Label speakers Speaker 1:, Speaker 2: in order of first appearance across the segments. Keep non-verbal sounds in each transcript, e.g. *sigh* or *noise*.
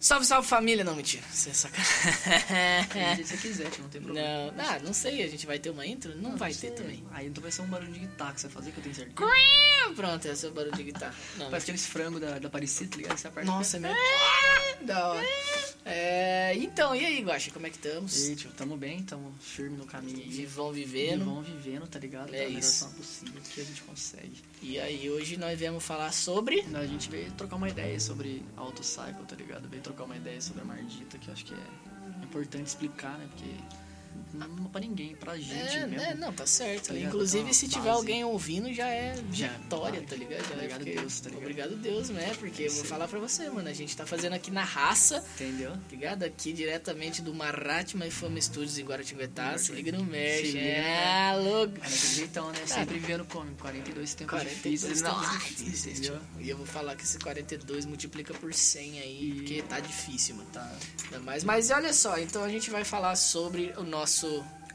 Speaker 1: Salve, salve família! Não, mentira. Você é
Speaker 2: Se
Speaker 1: *laughs* sacanagem.
Speaker 2: você quiser, tio, não tem problema.
Speaker 1: É. Não, ah, não sei, a gente vai ter uma intro? Não, vai
Speaker 2: sei.
Speaker 1: ter também.
Speaker 2: Aí então vai ser um barulho de guitarra que você vai fazer, que eu tenho certeza.
Speaker 1: Pronto, esse é o barulho de guitarra. Não,
Speaker 2: Parece aqueles frangos da, da Parecida, tá ligado? Essa parte
Speaker 1: Nossa, meu. da hora. É, então, e aí, Guaxa, como é que estamos?
Speaker 2: Ei, tio, tipo, tamo bem, tamo firme no caminho. aí.
Speaker 1: Vivão
Speaker 2: E
Speaker 1: vivendo.
Speaker 2: vão vivendo, tá ligado?
Speaker 1: É
Speaker 2: da melhor
Speaker 1: isso.
Speaker 2: forma possível que a gente consegue.
Speaker 1: E aí, hoje nós viemos falar sobre.
Speaker 2: A gente veio trocar uma ideia sobre autocycle, tá ligado? Veio trocar uma ideia sobre a Mardita, que eu acho que é importante explicar, né? Porque não, não é pra ninguém, pra gente
Speaker 1: É,
Speaker 2: mesmo.
Speaker 1: né? Não, tá certo.
Speaker 2: Tá ligado?
Speaker 1: Inclusive,
Speaker 2: Tá uma
Speaker 1: se tiver
Speaker 2: base.
Speaker 1: alguém ouvindo, já é
Speaker 2: Já é
Speaker 1: vitória,
Speaker 2: vitória.
Speaker 1: tá ligado? Já é
Speaker 2: Obrigado
Speaker 1: porque-
Speaker 2: Deus, tá ligado?
Speaker 1: Obrigado Deus, né? Porque eu
Speaker 2: isso
Speaker 1: vou
Speaker 2: aí.
Speaker 1: falar pra você, mano. A gente tá fazendo aqui na raça,
Speaker 2: Entendeu?
Speaker 1: tá ligado? Aqui diretamente do Maratma e Fama Studios em Guaratinguetá. Se
Speaker 2: Guaratinguetá.
Speaker 1: liga no
Speaker 2: Se
Speaker 1: merch.
Speaker 2: liga,
Speaker 1: É, louco.
Speaker 2: Mas daquele jeitão,
Speaker 1: É.
Speaker 2: né? Sempre vivendo como? 42 tempos
Speaker 1: 42
Speaker 2: difíceis. né?
Speaker 1: não,
Speaker 2: tempos
Speaker 1: difíceis, tio. tá E eu vou falar que esse 42 multiplica por 100 aí,
Speaker 2: E-
Speaker 1: porque tá difícil, mano.
Speaker 2: Tá.
Speaker 1: Ainda mais. Mas olha só, então a gente vai falar sobre o nosso,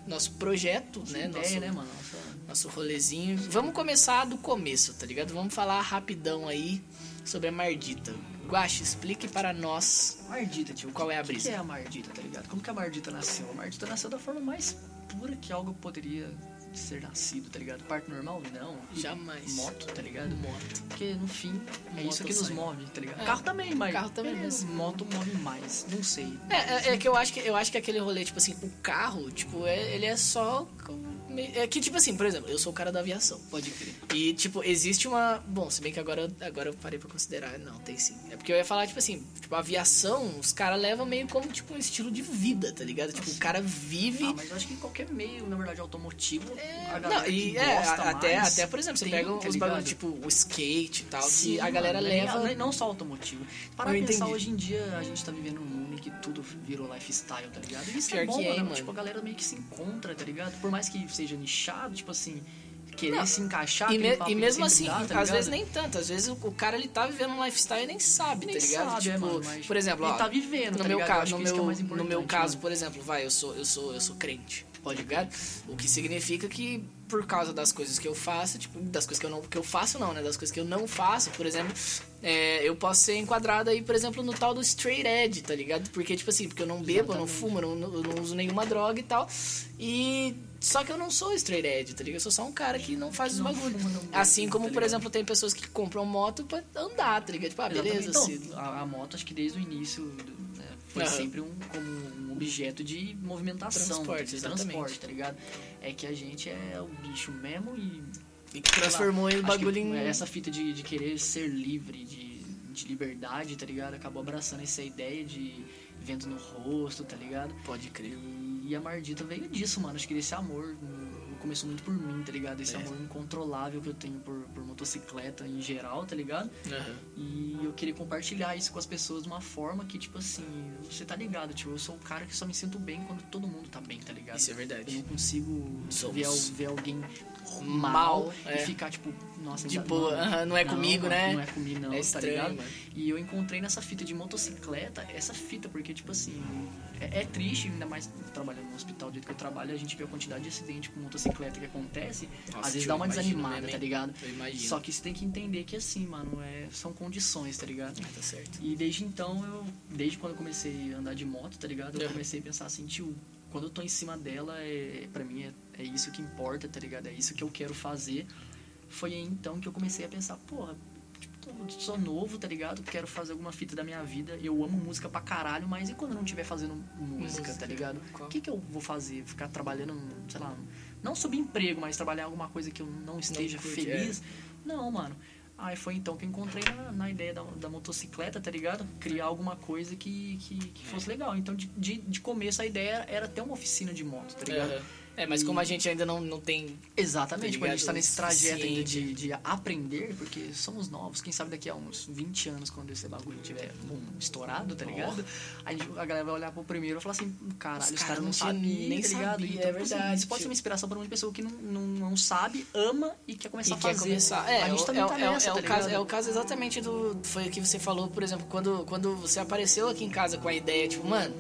Speaker 1: nosso projeto, né?
Speaker 2: Né?
Speaker 1: nosso,
Speaker 2: Ideia, né, mano? Nossa,
Speaker 1: nosso rolezinho. Vamos começar do começo, tá ligado? Vamos falar rapidão aí sobre a Mardita. Guache, explique para nós.
Speaker 2: Mardita, tio.
Speaker 1: Qual é a
Speaker 2: O que
Speaker 1: brisa?
Speaker 2: que é a Mardita, tá ligado? Como que a Mardita nasceu? A Mardita nasceu da forma mais pura que algo poderia ser nascido, tá ligado? Parto normal? Não.
Speaker 1: Jamais.
Speaker 2: Moto, tá ligado?
Speaker 1: Moto.
Speaker 2: Porque, no fim, é
Speaker 1: Moto
Speaker 2: isso que nos
Speaker 1: sai.
Speaker 2: move, tá ligado?
Speaker 1: É.
Speaker 2: Carro também, mas...
Speaker 1: Carro também,
Speaker 2: beleza, Moto move mais, não sei.
Speaker 1: É, é, é que eu acho que eu acho que aquele rolê, tipo assim, o carro, tipo, é- ele é só. É que, tipo assim, por exemplo, eu sou o cara da aviação.
Speaker 2: Pode crer.
Speaker 1: E, tipo, existe uma. Bom, se bem que agora, agora eu parei pra considerar. Não, tem sim. É porque eu ia falar, tipo assim, tipo, a aviação, os caras levam meio como, tipo, um estilo de vida, tá ligado? Tipo, o cara vive.
Speaker 2: Ah, mas eu acho que qualquer meio, na verdade, automotivo, a
Speaker 1: Não,
Speaker 2: galera
Speaker 1: e
Speaker 2: que
Speaker 1: é,
Speaker 2: gosta
Speaker 1: a- até,
Speaker 2: mais
Speaker 1: até, por exemplo, você
Speaker 2: tem,
Speaker 1: pega
Speaker 2: tá
Speaker 1: os bagulhos
Speaker 2: ligado?
Speaker 1: tipo o skate e tal,
Speaker 2: Sim,
Speaker 1: que a galera
Speaker 2: mano, nem-
Speaker 1: leva.
Speaker 2: nem- né? Não só automotivo. Para
Speaker 1: é Eu
Speaker 2: pra pensar,
Speaker 1: entendi.
Speaker 2: hoje em dia a gente tá vivendo um mundo em que tudo virou lifestyle, tá ligado? E isso
Speaker 1: Pior
Speaker 2: é bom,
Speaker 1: que é,
Speaker 2: mano.
Speaker 1: mano.
Speaker 2: Tipo, a galera meio que se encontra, tá ligado? Por mais que seja nichado, tipo assim, querer
Speaker 1: Não.
Speaker 2: se encaixar.
Speaker 1: E,
Speaker 2: aquele
Speaker 1: me-
Speaker 2: papo
Speaker 1: e
Speaker 2: de
Speaker 1: mesmo assim,
Speaker 2: celebridade, tá
Speaker 1: às
Speaker 2: ligado?
Speaker 1: vezes nem tanto. Às vezes o, o cara ele tá vivendo um lifestyle e nem sabe,
Speaker 2: Nem
Speaker 1: tá ligado?
Speaker 2: sabe, é,
Speaker 1: tipo,
Speaker 2: mano, mas
Speaker 1: por exemplo,
Speaker 2: ele
Speaker 1: ó,
Speaker 2: tá vivendo,
Speaker 1: no
Speaker 2: tá
Speaker 1: meu
Speaker 2: ligado? Eu
Speaker 1: caso,
Speaker 2: acho
Speaker 1: no
Speaker 2: que
Speaker 1: meu,
Speaker 2: isso que é mais
Speaker 1: no meu
Speaker 2: importante,
Speaker 1: caso,
Speaker 2: mano.
Speaker 1: por exemplo, vai, eu sou eu sou eu sou crente, pode ligar? O que significa que por causa das coisas que eu faço, tipo, das coisas que eu não que eu faço não, né, das coisas que eu não faço, por exemplo, é, eu posso ser enquadrado aí, por exemplo, no tal do straight edge, tá ligado? Porque tipo assim, porque eu não bebo, eu não fumo, eu não, eu não uso nenhuma droga e tal. E só que eu não sou straight edge, tá ligado? Eu sou só um cara que não faz os
Speaker 2: não
Speaker 1: bagulho.
Speaker 2: fuma, não bebe,
Speaker 1: assim como,
Speaker 2: tá
Speaker 1: por
Speaker 2: ligado?
Speaker 1: exemplo, tem pessoas que compram moto pra andar, tá ligado? Tipo, ah, beleza,
Speaker 2: Exatamente.
Speaker 1: se-
Speaker 2: Então, a, a moto, acho que desde o início do- né, foi
Speaker 1: Aham.
Speaker 2: sempre um, como um objeto de movimentação,
Speaker 1: Transporte,
Speaker 2: de
Speaker 1: exatamente.
Speaker 2: transporte, tá ligado? É que a gente é o bicho mesmo e
Speaker 1: E
Speaker 2: Então,
Speaker 1: que transformou
Speaker 2: Sei
Speaker 1: o
Speaker 2: lá,
Speaker 1: bagulho
Speaker 2: acho que
Speaker 1: em.
Speaker 2: Essa fita de, de querer ser livre, de, de liberdade, tá ligado? Acabou abraçando essa ideia de vento no rosto, tá ligado?
Speaker 1: Pode crer.
Speaker 2: E, e a Mardita veio disso, mano. Acho que desse amor hum, começou muito por mim, tá ligado? Esse
Speaker 1: É.
Speaker 2: amor incontrolável que eu tenho por, por motocicleta em geral, tá ligado? E eu queria compartilhar isso com as pessoas de uma forma que, tipo assim, você tá ligado? Tipo, eu sou o cara que só me sinto bem quando todo mundo tá bem, tá ligado?
Speaker 1: Isso é
Speaker 2: Eu não
Speaker 1: verdade.
Speaker 2: consigo
Speaker 1: Somos.
Speaker 2: ver, al- ver alguém
Speaker 1: Mal,
Speaker 2: mal,
Speaker 1: é.
Speaker 2: e ficar tipo, nossa,
Speaker 1: De
Speaker 2: ainda-
Speaker 1: boa, aham, não é comigo,
Speaker 2: mano,
Speaker 1: né?
Speaker 2: Não é comigo, não,
Speaker 1: é
Speaker 2: tá
Speaker 1: estranho,
Speaker 2: ligado?
Speaker 1: mano.
Speaker 2: E eu encontrei nessa fita de motocicleta essa fita, porque, tipo assim, é, é triste, ainda mais trabalhando no hospital do jeito que eu trabalho, a gente vê a quantidade de acidente com motocicleta que acontece,
Speaker 1: Nossa,
Speaker 2: às vezes
Speaker 1: tio,
Speaker 2: dá uma
Speaker 1: imagino,
Speaker 2: desanimada,
Speaker 1: né,
Speaker 2: tá
Speaker 1: man?
Speaker 2: ligado?
Speaker 1: Eu imagino.
Speaker 2: Só que você tem que entender que assim, mano, é, são condições, tá ligado?
Speaker 1: Ah, tá certo.
Speaker 2: E desde então, eu, desde quando eu comecei a andar de moto, tá ligado? Eu
Speaker 1: Uhum.
Speaker 2: comecei a pensar assim, tio, quando eu tô em cima dela, é, pra mim é, é isso que importa, tá ligado? É isso que eu quero fazer. Foi aí então que eu comecei a pensar, porra, tipo, eu sou novo, tá ligado? Quero fazer alguma fita da minha vida. Eu amo música pra caralho, mas e quando eu não estiver fazendo música,
Speaker 1: Música.
Speaker 2: tá ligado?
Speaker 1: Qual?
Speaker 2: O que, que eu vou fazer? Ficar trabalhando, num, sei lá, não subemprego, mas trabalhar em alguma coisa que eu não esteja
Speaker 1: curte,
Speaker 2: feliz? Não, mano. Aí foi então que eu encontrei na, na ideia da, da motocicleta, tá ligado? Criar alguma coisa que, que, que fosse legal. Então, de, de, de começo, a ideia era ter uma oficina de moto, tá ligado?
Speaker 1: Aham. É, mas como a gente ainda não, não tem.
Speaker 2: Exatamente,
Speaker 1: Tá
Speaker 2: quando a gente
Speaker 1: ligado?
Speaker 2: tá nesse trajeto ainda
Speaker 1: Suficiente.
Speaker 2: de, de aprender, porque somos novos, quem sabe daqui a uns 20 anos, quando esse bagulho tiver bom, estourado, tá ligado? A, gente- a galera vai olhar pro primeiro e falar assim, caralho, os,
Speaker 1: Os
Speaker 2: caras
Speaker 1: cara
Speaker 2: não
Speaker 1: não
Speaker 2: sabem,
Speaker 1: tinha- nem
Speaker 2: tá ligado?
Speaker 1: sabia,
Speaker 2: Então,
Speaker 1: é
Speaker 2: tipo assim,
Speaker 1: verdade,
Speaker 2: isso pode ser
Speaker 1: tio.
Speaker 2: uma inspiração pra uma pessoa que não, não, não sabe, ama e quer começar
Speaker 1: e
Speaker 2: a
Speaker 1: quer
Speaker 2: fazer.
Speaker 1: começar. É,
Speaker 2: a gente
Speaker 1: é,
Speaker 2: também
Speaker 1: é, é-
Speaker 2: tá nessa,
Speaker 1: é
Speaker 2: tá
Speaker 1: o caso,
Speaker 2: ligado?
Speaker 1: é o caso exatamente do. Foi o que você falou, por exemplo, quando, quando você apareceu aqui em casa com a ideia, tipo, mano.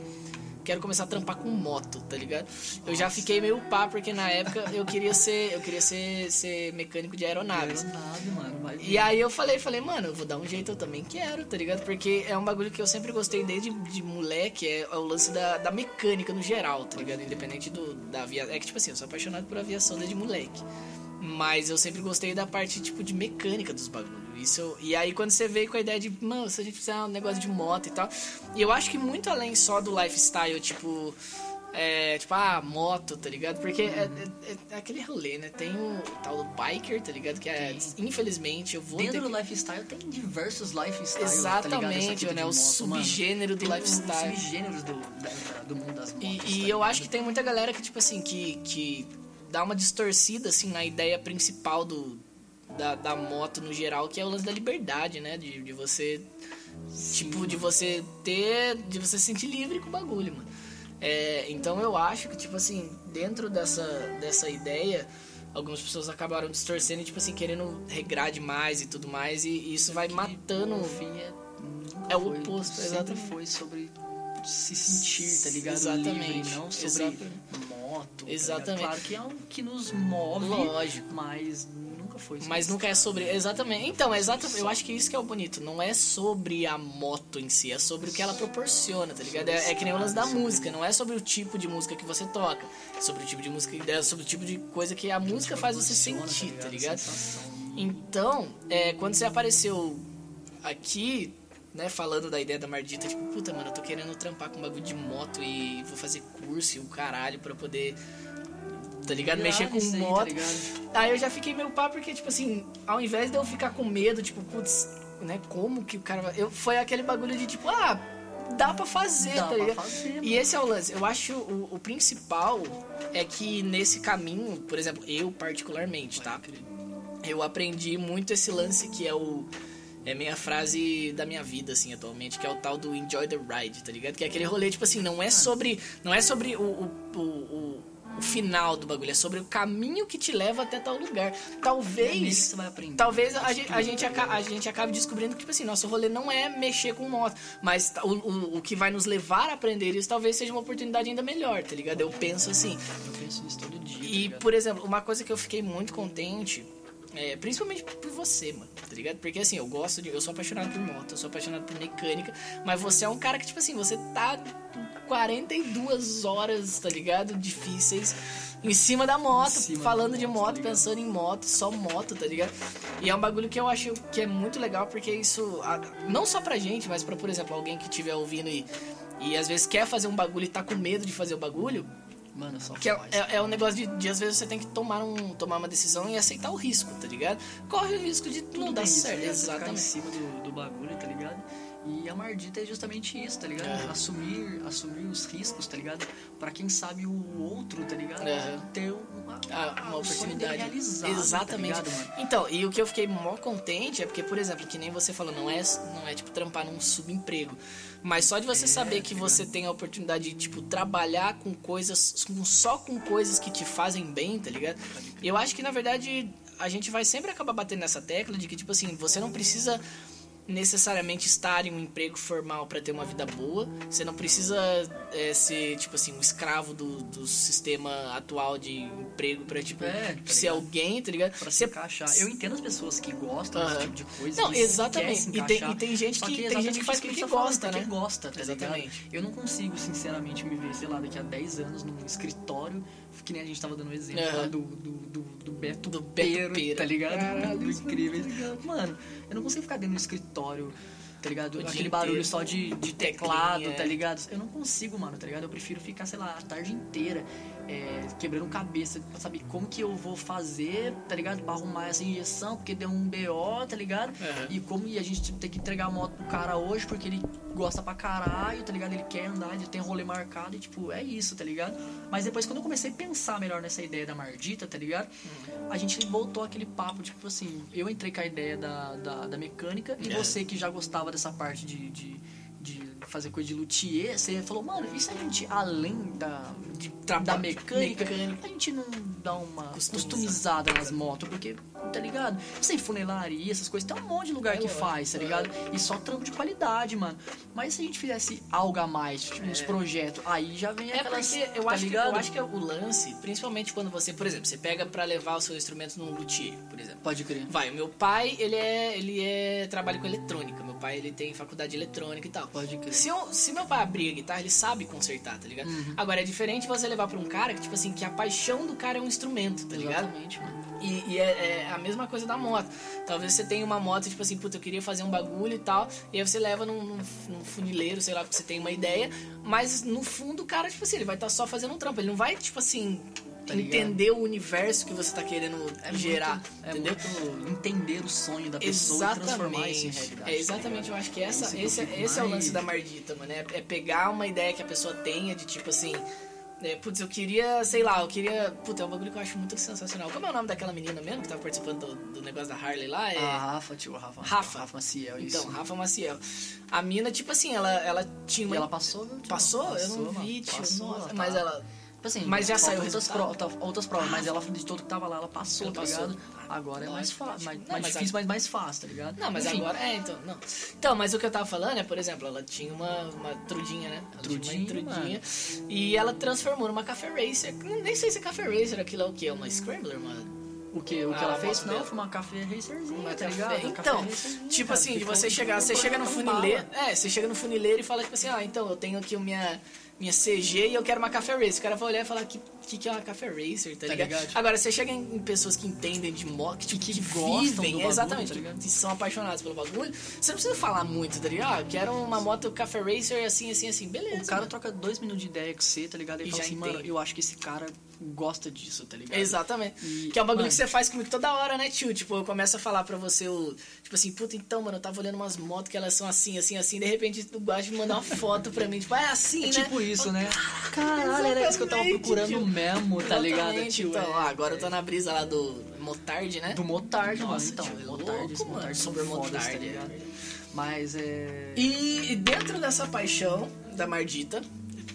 Speaker 1: quero começar a trampar com moto, tá ligado? Eu já fiquei meio pá, porque na época eu queria ser, eu queria ser, ser mecânico de aeronaves.
Speaker 2: Aeronave, mano. Vai
Speaker 1: E aí eu falei, falei, mano, eu vou dar um jeito, eu também quero, tá ligado? Porque é um bagulho que eu sempre gostei desde de moleque, é, é o lance da, da mecânica no geral, tá ligado? Independente do, da aviação. É que, tipo assim, eu sou apaixonado por aviação desde moleque. Mas eu sempre gostei da parte, tipo, de mecânica dos bagulhos. Isso eu- e aí quando você veio com a ideia de, mano, se a gente fizer um negócio de moto e tal. E eu acho que muito além só do lifestyle, tipo. É, tipo, ah, moto, tá ligado? Porque é, é- é aquele rolê, né? Tem o tal do biker, tá ligado? Que é, infelizmente, eu vou ter
Speaker 2: Dentro
Speaker 1: que-
Speaker 2: do lifestyle tem diversos lifestyles, tá ligado? Essa
Speaker 1: Exatamente,
Speaker 2: tipo
Speaker 1: né? O
Speaker 2: de moto, mano.
Speaker 1: subgênero do
Speaker 2: Tem os
Speaker 1: lifestyle.
Speaker 2: subgêneros do, da- do mundo das motos.
Speaker 1: E,
Speaker 2: tá
Speaker 1: e eu
Speaker 2: ligado?
Speaker 1: acho que tem muita galera que, tipo assim, que, que dá uma distorcida, assim, na ideia principal do, da, da moto no geral, que é o lance da liberdade, né? De, de você. tipo, de você ter. De você se sentir livre com o bagulho, mano. É, então eu acho que, tipo assim, dentro dessa, dessa ideia. Algumas pessoas acabaram distorcendo e, tipo assim, querendo regrar demais e tudo mais, e, e isso vai
Speaker 2: Que,
Speaker 1: matando. um
Speaker 2: No fim, é, nunca
Speaker 1: É o
Speaker 2: foi-
Speaker 1: oposto,
Speaker 2: sempre
Speaker 1: exatamente.
Speaker 2: foi sobre se sentir, tá ligado?
Speaker 1: Exatamente,
Speaker 2: Livre, não sobre
Speaker 1: exatamente.
Speaker 2: moto. tá
Speaker 1: Exatamente.
Speaker 2: ligado? claro que é o que nos move,
Speaker 1: Lógico.
Speaker 2: mas nunca foi sobre
Speaker 1: Mas
Speaker 2: isso.
Speaker 1: nunca é sobre. Exatamente. Então, é exatamente. Eu acho que isso que é o bonito. Não é sobre a moto em si, é sobre o que ela proporciona, tá ligado? É, é que nem o lance da música, não é sobre o tipo de música que você toca. É sobre o tipo de música. É sobre o tipo de coisa que a música faz você
Speaker 2: Funciona,
Speaker 1: sentir, tá ligado?
Speaker 2: Sensação.
Speaker 1: Então, é, quando você apareceu aqui, né, falando da ideia da Mardita, tipo, puta, mano, eu tô querendo trampar com um bagulho de moto e vou fazer curso e o caralho pra poder. Tá ligado? Mexer
Speaker 2: Irado
Speaker 1: com
Speaker 2: isso aí, tá
Speaker 1: moto.
Speaker 2: ligado?
Speaker 1: Aí eu já fiquei meio pá, porque, tipo assim, ao invés de eu ficar com medo, tipo, putz, né, como que o cara vai. Eu, foi aquele bagulho de tipo, ah, dá pra fazer,
Speaker 2: Dá
Speaker 1: tá
Speaker 2: pra
Speaker 1: ligado?
Speaker 2: fazer, mano.
Speaker 1: e esse é o lance. Eu acho o, o principal é que nesse caminho, por exemplo, eu particularmente, tá? Eu aprendi muito esse lance que é o. É minha frase da minha vida, assim, atualmente, que é o tal do enjoy the ride, tá ligado? Que é aquele rolê, tipo assim, não é sobre. Não é sobre o. o, o, o- o final do bagulho, é sobre o caminho que te leva até tal lugar.
Speaker 2: É nele que
Speaker 1: Talvez.
Speaker 2: você vai aprender.
Speaker 1: Talvez a, gente, a, gente aca- a gente acabe descobrindo que, tipo assim, nosso rolê não é mexer com moto, mas ta- o, o, o que vai nos levar a aprender isso talvez seja uma oportunidade ainda melhor, tá ligado? Eu penso assim.
Speaker 2: Eu penso nisso todo dia. tá
Speaker 1: E,
Speaker 2: ligado?
Speaker 1: por exemplo, uma coisa que eu fiquei muito contente, é, principalmente por você, mano, tá ligado? Porque assim, eu gosto de. Eu sou apaixonado por moto, eu sou apaixonado por mecânica, mas você é um cara que, tipo assim, você tá 42 horas, tá ligado? Difíceis em cima da moto,
Speaker 2: cima da
Speaker 1: falando de
Speaker 2: moto,
Speaker 1: moto,
Speaker 2: tá ligado?
Speaker 1: pensando em moto, só moto, tá ligado? E é um bagulho que eu acho que é muito legal, porque isso. a- Não só pra gente, mas pra, por exemplo, alguém que estiver ouvindo e. E às vezes quer fazer um bagulho e tá com medo de fazer o bagulho,
Speaker 2: Mano, só
Speaker 1: que é,
Speaker 2: faz.
Speaker 1: é, é um negócio de, de, às vezes você tem que tomar, um, tomar uma decisão e aceitar o risco, tá ligado? Corre o risco de
Speaker 2: Tudo
Speaker 1: não dar
Speaker 2: bem isso,
Speaker 1: certo.
Speaker 2: né? Você ficar em
Speaker 1: Exatamente.
Speaker 2: cima do, do bagulho, tá ligado? E a Mardita é justamente isso, tá ligado?
Speaker 1: Aham.
Speaker 2: Assumir, assumir os riscos, tá ligado? Pra quem sabe o outro, tá ligado?
Speaker 1: Aham.
Speaker 2: Ter uma,
Speaker 1: É. Ah, uma
Speaker 2: o sonho dele
Speaker 1: oportunidade.
Speaker 2: realizado,
Speaker 1: Exatamente.
Speaker 2: Tá ligado, mano?
Speaker 1: então, e o que eu fiquei mó contente é porque, por exemplo, que nem você falou, não é, não é tipo trampar num subemprego. Mas só de você
Speaker 2: É,
Speaker 1: saber que
Speaker 2: tá
Speaker 1: você tem a oportunidade de, tipo, trabalhar com coisas, com- só com coisas que te fazem bem, tá ligado? Eu acho que, na verdade, a gente vai sempre acabar batendo nessa tecla de que, tipo assim, você não precisa necessariamente estar em um emprego formal pra ter uma vida boa. Você não precisa é, ser, tipo assim, um escravo do, do sistema atual de emprego pra, tipo,
Speaker 2: É, tá
Speaker 1: ser
Speaker 2: ligado?
Speaker 1: alguém, tá ligado?
Speaker 2: Pra
Speaker 1: Você-
Speaker 2: se encaixar. Eu entendo as pessoas que gostam
Speaker 1: Aham.
Speaker 2: desse tipo de coisa.
Speaker 1: Não,
Speaker 2: que se
Speaker 1: exatamente.
Speaker 2: quer se
Speaker 1: E tem-
Speaker 2: encaixar.
Speaker 1: e tem gente
Speaker 2: Só
Speaker 1: que- tem
Speaker 2: exatamente
Speaker 1: gente que faz
Speaker 2: isso
Speaker 1: porque
Speaker 2: a gente tá
Speaker 1: gosta,
Speaker 2: falando, pra
Speaker 1: né?
Speaker 2: Quem gosta, tá
Speaker 1: Exatamente.
Speaker 2: ligado? Eu não consigo, sinceramente, me ver, sei lá, daqui a 10 anos num escritório, que nem a gente tava dando um exemplo
Speaker 1: Aham.
Speaker 2: lá do, do, do, do Beto
Speaker 1: Do Beto
Speaker 2: Pero,
Speaker 1: Pera.
Speaker 2: tá ligado?
Speaker 1: Caralho,
Speaker 2: do
Speaker 1: isso é foi
Speaker 2: incrível. Mano, eu não consigo ficar dentro de um escritório, tá ligado?
Speaker 1: O dia
Speaker 2: Aquele barulho
Speaker 1: inteiro.
Speaker 2: só de, de
Speaker 1: Tipo, Teclinha,
Speaker 2: teclado,
Speaker 1: é.
Speaker 2: tá ligado? Eu não consigo, mano, tá ligado? Eu prefiro ficar, sei lá, a tarde inteira é, quebrando cabeça pra saber como que eu vou fazer, tá ligado? Pra arrumar essa injeção, porque deu um BO, tá ligado?
Speaker 1: Aham.
Speaker 2: E como e a gente tipo, tem que entregar a moto pro cara hoje, porque ele gosta pra caralho, tá ligado? Ele quer andar, ele tem rolê marcado e, tipo, é isso, tá ligado? Mas depois, quando eu comecei a pensar melhor nessa ideia da Mardita, tá ligado? A gente voltou aquele papo, tipo assim, eu entrei com a ideia da, da, da mecânica e
Speaker 1: É.
Speaker 2: você que já gostava dessa parte de, de, de fazer coisa de luthier, você falou, mano, e se a gente, além da, de-
Speaker 1: Trabalho
Speaker 2: da mecânica,
Speaker 1: mecânica.
Speaker 2: a gente não dá uma
Speaker 1: Customizada.
Speaker 2: customizada nas motos? Porque, tá ligado? Não sei, funelaria, essas coisas, tem um monte de lugar
Speaker 1: É
Speaker 2: que
Speaker 1: lógico,
Speaker 2: faz, tá
Speaker 1: é.
Speaker 2: ligado? E só trampo de qualidade, mano. Mas se a gente fizesse algo a mais, tipo, uns projetos, aí já vem
Speaker 1: É
Speaker 2: aquelas,
Speaker 1: porque eu,
Speaker 2: tá
Speaker 1: acho que,
Speaker 2: ligado?
Speaker 1: eu acho que é o lance, principalmente quando você, por exemplo, você pega pra levar o seu instrumento num luthier, por exemplo.
Speaker 2: Pode crer.
Speaker 1: Vai, o meu pai, ele é, ele é trabalha com eletrônica. Meu pai, ele tem faculdade de eletrônica e tal.
Speaker 2: Pode crer.
Speaker 1: Se, eu- se meu pai abrir a guitarra, ele sabe consertar, tá ligado?
Speaker 2: Uhum.
Speaker 1: Agora é diferente você levar pra um cara que tipo assim, que a paixão do cara é um instrumento, tá ligado?
Speaker 2: Exatamente, mano.
Speaker 1: E, e é, é a mesma coisa da moto. Talvez você tenha uma moto, tipo assim, puta, eu queria fazer um bagulho e tal. E aí você leva num, num- num funileiro, sei lá, porque você tem uma ideia. Mas no fundo, o cara, tipo assim, ele vai estar só fazendo um trampo. Ele não vai, tipo assim,
Speaker 2: Tá ligado.
Speaker 1: entender o universo que você tá querendo gerar.
Speaker 2: muito, é
Speaker 1: entendeu?
Speaker 2: muito entender o sonho da pessoa e transformar isso em
Speaker 1: Exatamente.
Speaker 2: realidade. tá
Speaker 1: É, exatamente, eu acho que essa,
Speaker 2: Isso que eu
Speaker 1: esse,
Speaker 2: fico
Speaker 1: esse é o
Speaker 2: mais-
Speaker 1: lance da Mardita, mano. É, é pegar uma ideia que a pessoa tenha de tipo assim. É, putz, eu queria, sei lá, eu queria. Puta, é um bagulho que eu acho muito sensacional. Como é o nome daquela menina mesmo que tava participando do, do negócio da Harley lá? É...
Speaker 2: A Rafa, tio, a Rafa.
Speaker 1: Rafa.
Speaker 2: Rafa Maciel, Ah, isso.
Speaker 1: então, Rafa Maciel. A mina, tipo assim, ela, ela tinha
Speaker 2: E
Speaker 1: uma.
Speaker 2: ela passou, viu? tio?
Speaker 1: Passou? Eu não
Speaker 2: mano.
Speaker 1: vi, tio.
Speaker 2: Passou,
Speaker 1: Nossa,
Speaker 2: tá.
Speaker 1: mas ela.
Speaker 2: Tipo assim,
Speaker 1: Mas já
Speaker 2: faltam
Speaker 1: saiu o
Speaker 2: outras, pro,
Speaker 1: resultado?
Speaker 2: tá- outras provas, mas ela, de todo que tava lá, ela passou,
Speaker 1: Ela
Speaker 2: tá
Speaker 1: passou.
Speaker 2: ligado? Agora é
Speaker 1: Não,
Speaker 2: mais
Speaker 1: é
Speaker 2: fácil, mais,
Speaker 1: não,
Speaker 2: mais
Speaker 1: mas
Speaker 2: difícil, mas mais fácil, tá ligado?
Speaker 1: Não, mas
Speaker 2: Enfim,
Speaker 1: agora. É, então, não. Então, mas o que eu tava falando é, por exemplo, ela tinha uma, uma trudinha, né? Ela
Speaker 2: Trudinha,
Speaker 1: tinha uma trudinha. E ela transformou numa café racer. Nem sei se é café racer, aquilo é o quê? É uma scrambler, mano?
Speaker 2: O que, o que
Speaker 1: Ah,
Speaker 2: ela
Speaker 1: a
Speaker 2: fez?
Speaker 1: moto
Speaker 2: Não,
Speaker 1: dela.
Speaker 2: foi uma café racerzinha,
Speaker 1: Uma
Speaker 2: tá
Speaker 1: café-
Speaker 2: ligado? Uma
Speaker 1: Então,
Speaker 2: café racerzinha,
Speaker 1: tipo
Speaker 2: é cara,
Speaker 1: assim, de
Speaker 2: ficou-
Speaker 1: você chegar, você
Speaker 2: ficou
Speaker 1: chega no
Speaker 2: tão
Speaker 1: funileiro.
Speaker 2: bala.
Speaker 1: É, você chega no funileiro e fala, tipo assim, ah, então eu tenho aqui minha, minha CG e eu quero uma café racer. O cara vai olhar e falar, que, que, que é uma café racer, tá,
Speaker 2: Tá
Speaker 1: ligado?
Speaker 2: ligado?
Speaker 1: Agora, você chega em, em pessoas que entendem de mock, tipo,
Speaker 2: que
Speaker 1: que,
Speaker 2: gostam do
Speaker 1: vivem,
Speaker 2: bagulho,
Speaker 1: exatamente,
Speaker 2: tá ligado?
Speaker 1: que são apaixonados pelo bagulho, você não precisa falar muito, tá ligado? Ah, eu quero uma moto café racer assim, assim, assim, beleza.
Speaker 2: O cara
Speaker 1: mano.
Speaker 2: troca dois minutos de ideia com você, tá ligado? Ele
Speaker 1: E
Speaker 2: fala
Speaker 1: já
Speaker 2: assim, mano,
Speaker 1: entende.
Speaker 2: eu acho que esse cara gosta disso, tá ligado?
Speaker 1: Exatamente.
Speaker 2: E-
Speaker 1: que é um bagulho
Speaker 2: mano.
Speaker 1: que você faz comigo toda hora, né, tio? Tipo, eu começo a falar pra você, o, tipo assim, puta, então, mano, eu tava olhando umas motos que elas são assim, assim, assim, de repente tu gosta de mandar uma foto pra mim, tipo, ah, é assim,
Speaker 2: É
Speaker 1: né?
Speaker 2: tipo isso, né? Caralho, era isso que eu tava
Speaker 1: Exatamente,
Speaker 2: procurando
Speaker 1: tio.
Speaker 2: mesmo, tá ligado,
Speaker 1: Exatamente,
Speaker 2: tio?
Speaker 1: Então, ó,
Speaker 2: É.
Speaker 1: agora eu tô na brisa lá do Motard, né?
Speaker 2: Do Motard,
Speaker 1: Nossa,
Speaker 2: mano. Então,
Speaker 1: tio, é
Speaker 2: Motard,
Speaker 1: louco, mano,
Speaker 2: Motard são
Speaker 1: sobre
Speaker 2: fodas,
Speaker 1: Motard,
Speaker 2: tá
Speaker 1: é
Speaker 2: ligado?
Speaker 1: verdade.
Speaker 2: Mas é.
Speaker 1: E dentro dessa paixão da Mardita,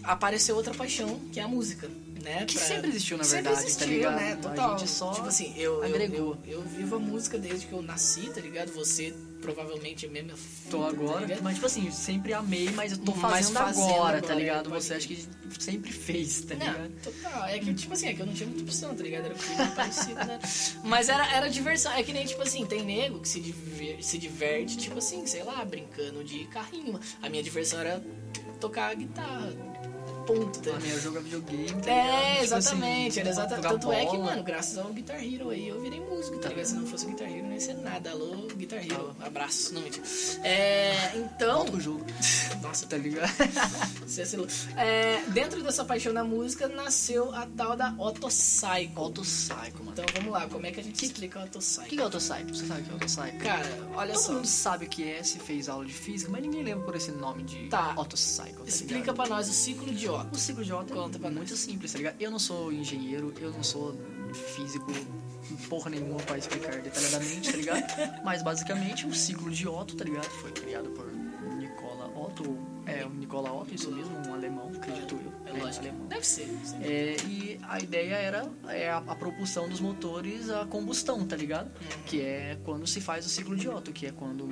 Speaker 1: apareceu outra paixão, que é a música, né?
Speaker 2: Que sempre existiu, na
Speaker 1: Sempre
Speaker 2: verdade, tá
Speaker 1: existiu,
Speaker 2: ligado?
Speaker 1: né?
Speaker 2: A
Speaker 1: Total.
Speaker 2: gente só
Speaker 1: tipo assim, eu, eu,
Speaker 2: agregou.
Speaker 1: eu, eu vivo a música desde que eu nasci, tá ligado? Você provavelmente é mesmo
Speaker 2: Tô agora, mas tipo assim, sempre amei, mas eu tô
Speaker 1: tá Mas
Speaker 2: fazendo,
Speaker 1: fazendo
Speaker 2: agora, tá
Speaker 1: agora,
Speaker 2: ligado?
Speaker 1: pode
Speaker 2: Você acha que sempre fez, tá ligado?
Speaker 1: Não, total. É que, tipo assim, é que eu não tinha muita opção, tá ligado? Era o que tinha parecido,
Speaker 2: *laughs*
Speaker 1: né? Mas era, era diversão. É que nem, tipo assim, tem nego que se, diver- se diverte, tipo assim, sei lá, brincando de carrinho. A minha diversão era tocar guitarra. Ponto, tá
Speaker 2: A
Speaker 1: ligado?
Speaker 2: minha joga videogame. tá ligado?
Speaker 1: É,
Speaker 2: Tipo
Speaker 1: exatamente,
Speaker 2: assim,
Speaker 1: era exatamente.
Speaker 2: jogar
Speaker 1: Tanto é que,
Speaker 2: bola.
Speaker 1: mano, graças ao Guitar Hero aí eu virei músico, tá ligado? Se não fosse o Guitar Hero, não ia ser nada. Alô, Guitar Hero, abraço, não mentira. É, então. *laughs*
Speaker 2: Volta o jogo,
Speaker 1: Nossa,
Speaker 2: tá ligado?
Speaker 1: *laughs* você vacilou. É, dentro dessa paixão da música nasceu a tal da Otosaico.
Speaker 2: Auto Psycho, mano.
Speaker 1: Então vamos lá, como é que a gente explica a
Speaker 2: O
Speaker 1: Otosaico?
Speaker 2: que é Auto Psycho? Você sabe o que é Auto Psycho?
Speaker 1: Cara, olha
Speaker 2: Todo
Speaker 1: só.
Speaker 2: mundo sabe o que é, se fez aula de física, mas ninguém lembra por esse nome de
Speaker 1: Tá.
Speaker 2: Auto Psycho. Tá
Speaker 1: Explica
Speaker 2: ligado?
Speaker 1: pra nós o ciclo de
Speaker 2: O
Speaker 1: Otto.
Speaker 2: ciclo de Otto
Speaker 1: Conta
Speaker 2: é
Speaker 1: pra
Speaker 2: muito simples, tá ligado? Eu não sou engenheiro, eu não sou físico porra nenhuma pra explicar detalhadamente, tá
Speaker 1: *laughs*
Speaker 2: ligado? Mas basicamente o ciclo de Otto, tá ligado? Foi criado por Nicola Otto, é, o Nicola Otto, isso mesmo, um alemão, acredito eu.
Speaker 1: É lógico,
Speaker 2: alemão.
Speaker 1: deve ser.
Speaker 2: É, e a ideia era é, a, a propulsão dos motores a combustão, tá ligado?
Speaker 1: Uhum.
Speaker 2: Que é quando se faz o ciclo de Otto, que é quando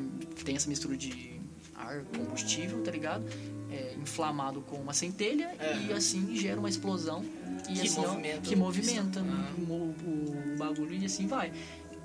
Speaker 2: tem essa mistura de ar, combustível, tá ligado? É, inflamado com uma centelha
Speaker 1: É.
Speaker 2: e assim gera uma explosão e
Speaker 1: Que
Speaker 2: assim, ó,
Speaker 1: movimenta
Speaker 2: que
Speaker 1: o-
Speaker 2: movimenta
Speaker 1: Ah.
Speaker 2: o, mo- o bagulho e assim vai.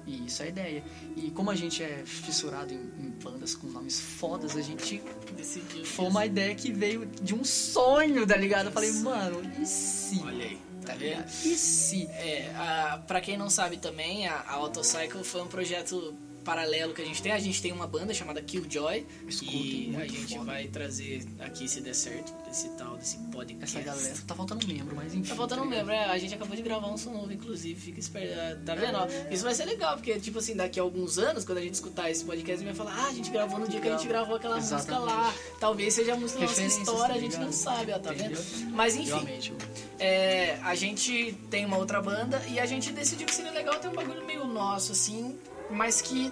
Speaker 2: E isso é a ideia. E como a gente é fissurado em, em bandas com nomes fodas, a gente
Speaker 1: Decidiu.
Speaker 2: foi uma ideia que veio de um sonho, tá ligado? Eu falei,
Speaker 1: Isso.
Speaker 2: mano, e se?
Speaker 1: Olha aí, tá
Speaker 2: Tá
Speaker 1: vendo?
Speaker 2: ligado? E se?
Speaker 1: É, a, pra quem não sabe também, a, a Autocycle foi um projeto paralelo que a gente tem. A gente tem uma banda chamada Killjoy.
Speaker 2: Escutem,
Speaker 1: E a
Speaker 2: muito
Speaker 1: gente
Speaker 2: foda.
Speaker 1: vai trazer aqui, se der certo, esse tal, desse podcast.
Speaker 2: Essa galera. Tá faltando um membro, mas enfim.
Speaker 1: Tá faltando um
Speaker 2: ligado?
Speaker 1: membro, é, a gente acabou de gravar um som novo, inclusive, fica esperto, é, tá vendo? ó? Isso vai ser legal, porque, tipo assim, daqui a alguns anos, quando a gente escutar esse podcast, vai falar, ah, a gente gravou no dia que a gente gravou aquela música lá, talvez seja a música da nossa
Speaker 2: Referências,
Speaker 1: história,
Speaker 2: tá
Speaker 1: a gente
Speaker 2: ligado?
Speaker 1: não sabe, ó, tá
Speaker 2: Entendeu?
Speaker 1: vendo? Mas, enfim,
Speaker 2: Realmente, eu-
Speaker 1: é, a gente tem uma outra banda e a gente decidiu que seria legal ter um bagulho meio nosso, assim, mas que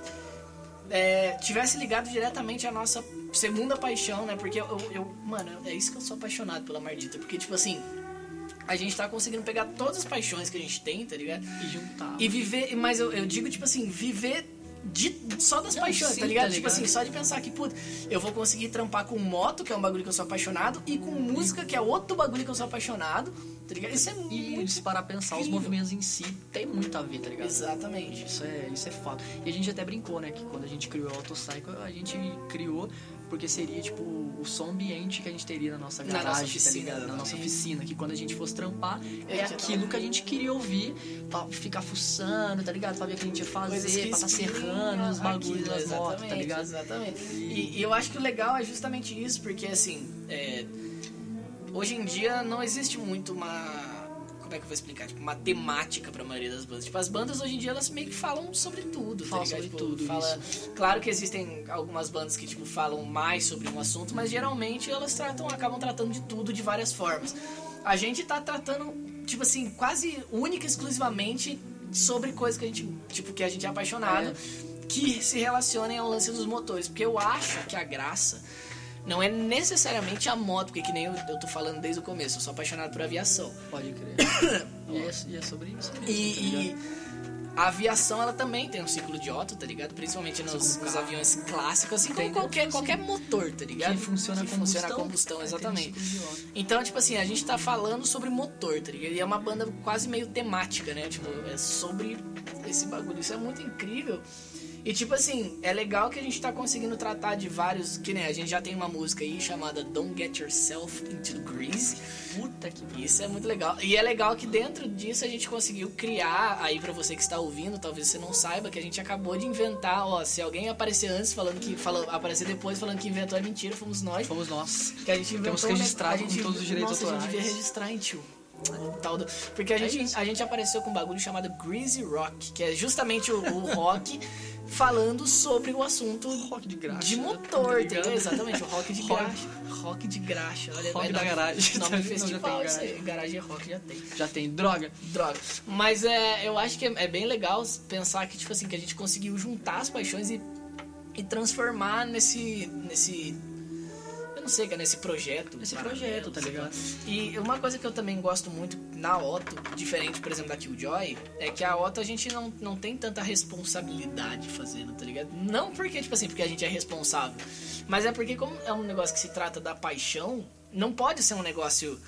Speaker 1: é, tivesse ligado diretamente à nossa segunda paixão, né? Porque eu, eu, eu- mano, é isso que eu sou apaixonado pela Mardita. Porque, tipo assim, a gente tá conseguindo pegar todas as paixões que a gente tem, tá ligado?
Speaker 2: E juntar.
Speaker 1: E viver, mas eu, eu digo, tipo assim, viver de, só das
Speaker 2: Não,
Speaker 1: paixões,
Speaker 2: sim,
Speaker 1: tá, ligado?
Speaker 2: tá
Speaker 1: Tipo
Speaker 2: ligado?
Speaker 1: assim, só de pensar que, puta, eu vou conseguir trampar com moto, que é um bagulho que eu sou apaixonado, e com música, que é outro bagulho que eu sou apaixonado, tá ligado? Isso é
Speaker 2: E se
Speaker 1: muito.
Speaker 2: parar a pensar, os
Speaker 1: incrível.
Speaker 2: movimentos em si tem muito a ver, tá ligado?
Speaker 1: Exatamente.
Speaker 2: Isso é, isso é fato. E a gente até brincou, né? Que quando a gente criou o Autocycle, a gente criou porque seria, tipo, o som ambiente que a gente teria na nossa
Speaker 1: Na nossa
Speaker 2: garagem,
Speaker 1: oficina,
Speaker 2: tá ligado? Na nossa
Speaker 1: exatamente.
Speaker 2: oficina. Que quando a gente fosse trampar, é,
Speaker 1: É,
Speaker 2: aquilo que a gente queria ouvir pra ficar fuçando, tá ligado? Pra ver o que a gente ia
Speaker 1: Coisas que
Speaker 2: fazer, pra tá
Speaker 1: inspiram
Speaker 2: serrando os bagulhos
Speaker 1: aquilo,
Speaker 2: das motos, tá
Speaker 1: exatamente,
Speaker 2: ligado?
Speaker 1: Exatamente. E, e eu acho que o legal é justamente isso, porque assim, é, hoje em dia não existe muito uma. Como é que eu vou explicar? Tipo, uma temática pra maioria das bandas. Tipo, as bandas hoje em dia elas meio que falam sobre tudo, tá
Speaker 2: Fala
Speaker 1: ligado? Tipo,
Speaker 2: sobre tudo,
Speaker 1: fala- Claro que existem algumas bandas que, tipo, falam mais sobre um assunto, mas geralmente elas tratam, acabam tratando de tudo de várias formas. A gente tá tratando, tipo assim, quase única e exclusivamente sobre coisas que a gente, tipo, que a gente é apaixonado, que se relacionem ao lance dos motores. Porque eu acho que a graça não é necessariamente a moto, porque que nem eu, eu tô falando desde o começo, eu sou apaixonado por aviação.
Speaker 2: Pode crer. e, é, e é sobre isso. né? Tá
Speaker 1: E,
Speaker 2: ligado?
Speaker 1: e a aviação, ela também tem um ciclo de Otto, tá ligado? Principalmente nos,
Speaker 2: Sim,
Speaker 1: nos
Speaker 2: claro.
Speaker 1: aviões clássicos, assim como
Speaker 2: Entendeu?
Speaker 1: qualquer,
Speaker 2: Sim.
Speaker 1: qualquer motor, tá ligado?
Speaker 2: que funciona a
Speaker 1: que funciona a combustão,
Speaker 2: Aí tem
Speaker 1: exatamente.
Speaker 2: um ciclo de ódio.
Speaker 1: Então, tipo assim, a gente tá falando sobre motor, tá ligado? E é uma banda quase meio temática, né? Tipo, é sobre esse bagulho. Isso é muito incrível. E, tipo assim, é legal que a gente tá conseguindo tratar de vários. Que nem a gente já tem uma música aí chamada Don't Get Yourself into Grease.
Speaker 2: Puta que pariu.
Speaker 1: Isso é muito legal. E é legal que dentro disso a gente conseguiu criar, aí pra você que está ouvindo, talvez você não saiba, que a gente acabou de inventar, ó, se alguém aparecer antes falando que. Falou, aparecer depois falando que inventou é mentira, fomos nós.
Speaker 2: Fomos nós.
Speaker 1: Que a gente inventou
Speaker 2: Temos que
Speaker 1: um ne-
Speaker 2: registrar
Speaker 1: a
Speaker 2: com
Speaker 1: gente-
Speaker 2: todos os direitos
Speaker 1: Nossa, a gente
Speaker 2: autorais.
Speaker 1: devia registrar, hein, tio. O Tal do, porque a,
Speaker 2: É
Speaker 1: gente,
Speaker 2: isso.
Speaker 1: a gente apareceu com um bagulho chamado Greasy Rock, que é justamente o, o rock *laughs* falando sobre o assunto
Speaker 2: Rock de né? graça.
Speaker 1: de motor, entendeu? Exatamente, o
Speaker 2: *laughs*
Speaker 1: rock de graxa. Rock de graxa, olha
Speaker 2: Rock
Speaker 1: é
Speaker 2: da
Speaker 1: nome-
Speaker 2: garagem,
Speaker 1: Nome
Speaker 2: tá
Speaker 1: do
Speaker 2: vendo? Já
Speaker 1: festival,
Speaker 2: tem
Speaker 1: isso aí. Garagem é rock, já tem.
Speaker 2: Já tem droga.
Speaker 1: Droga. Mas é, eu acho que é, é bem legal pensar que, tipo assim, que a gente conseguiu juntar as paixões e, e transformar nesse. nesse. Eu não sei, cara, nesse projeto.
Speaker 2: Esse
Speaker 1: paralelo,
Speaker 2: projeto, tá
Speaker 1: sei
Speaker 2: ligado?
Speaker 1: lá. E uma coisa que eu também gosto muito na Otto, diferente, por exemplo, da Killjoy, é que a Otto a gente não, não tem tanta responsabilidade fazendo, tá ligado? Não porque, tipo assim, porque a gente é responsável, mas é porque, como é um negócio que se trata da paixão, não pode ser um negócio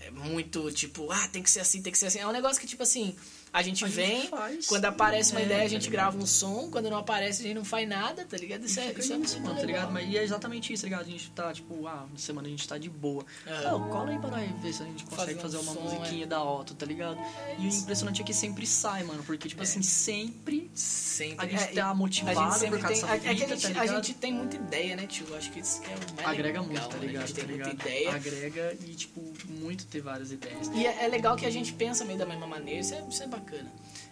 Speaker 1: é muito tipo, ah, tem que ser assim, tem que ser assim. É um negócio que, tipo assim, a gente
Speaker 2: A gente
Speaker 1: vem,
Speaker 2: faz.
Speaker 1: quando aparece uma
Speaker 2: É,
Speaker 1: ideia, a
Speaker 2: tá
Speaker 1: gente
Speaker 2: ligado?
Speaker 1: grava um som, quando não aparece, a gente não faz nada, tá ligado? Isso é,
Speaker 2: Fica
Speaker 1: isso é
Speaker 2: nisso,
Speaker 1: muito
Speaker 2: mano, tá
Speaker 1: legal.
Speaker 2: ligado? Mas, e é exatamente isso, tá ligado? A gente tá, tipo, ah, uma semana a gente tá de boa.
Speaker 1: É.
Speaker 2: Ah, cola aí pra nós ver se a gente consegue
Speaker 1: Fazer
Speaker 2: fazer
Speaker 1: um
Speaker 2: uma
Speaker 1: som,
Speaker 2: musiquinha da Otto, tá ligado? E o impressionante é que sempre sai, mano. Porque, tipo assim, sempre
Speaker 1: Sempre.
Speaker 2: a gente
Speaker 1: é, e
Speaker 2: tá
Speaker 1: a
Speaker 2: motivado
Speaker 1: gente sempre
Speaker 2: por causa
Speaker 1: tem,
Speaker 2: dessa
Speaker 1: é que a
Speaker 2: fita,
Speaker 1: gente,
Speaker 2: tá
Speaker 1: a
Speaker 2: ligado?
Speaker 1: gente tem muita ideia, né, tio? Acho que isso que é o mais
Speaker 2: Agrega
Speaker 1: legal,
Speaker 2: muito, tá
Speaker 1: né? A
Speaker 2: ligado?
Speaker 1: gente
Speaker 2: Tá
Speaker 1: tem
Speaker 2: ligado?
Speaker 1: muita ideia.
Speaker 2: Agrega e, tipo, muito ter várias ideias.
Speaker 1: E é, é legal que a gente pensa meio da mesma maneira, isso é, isso é bacana.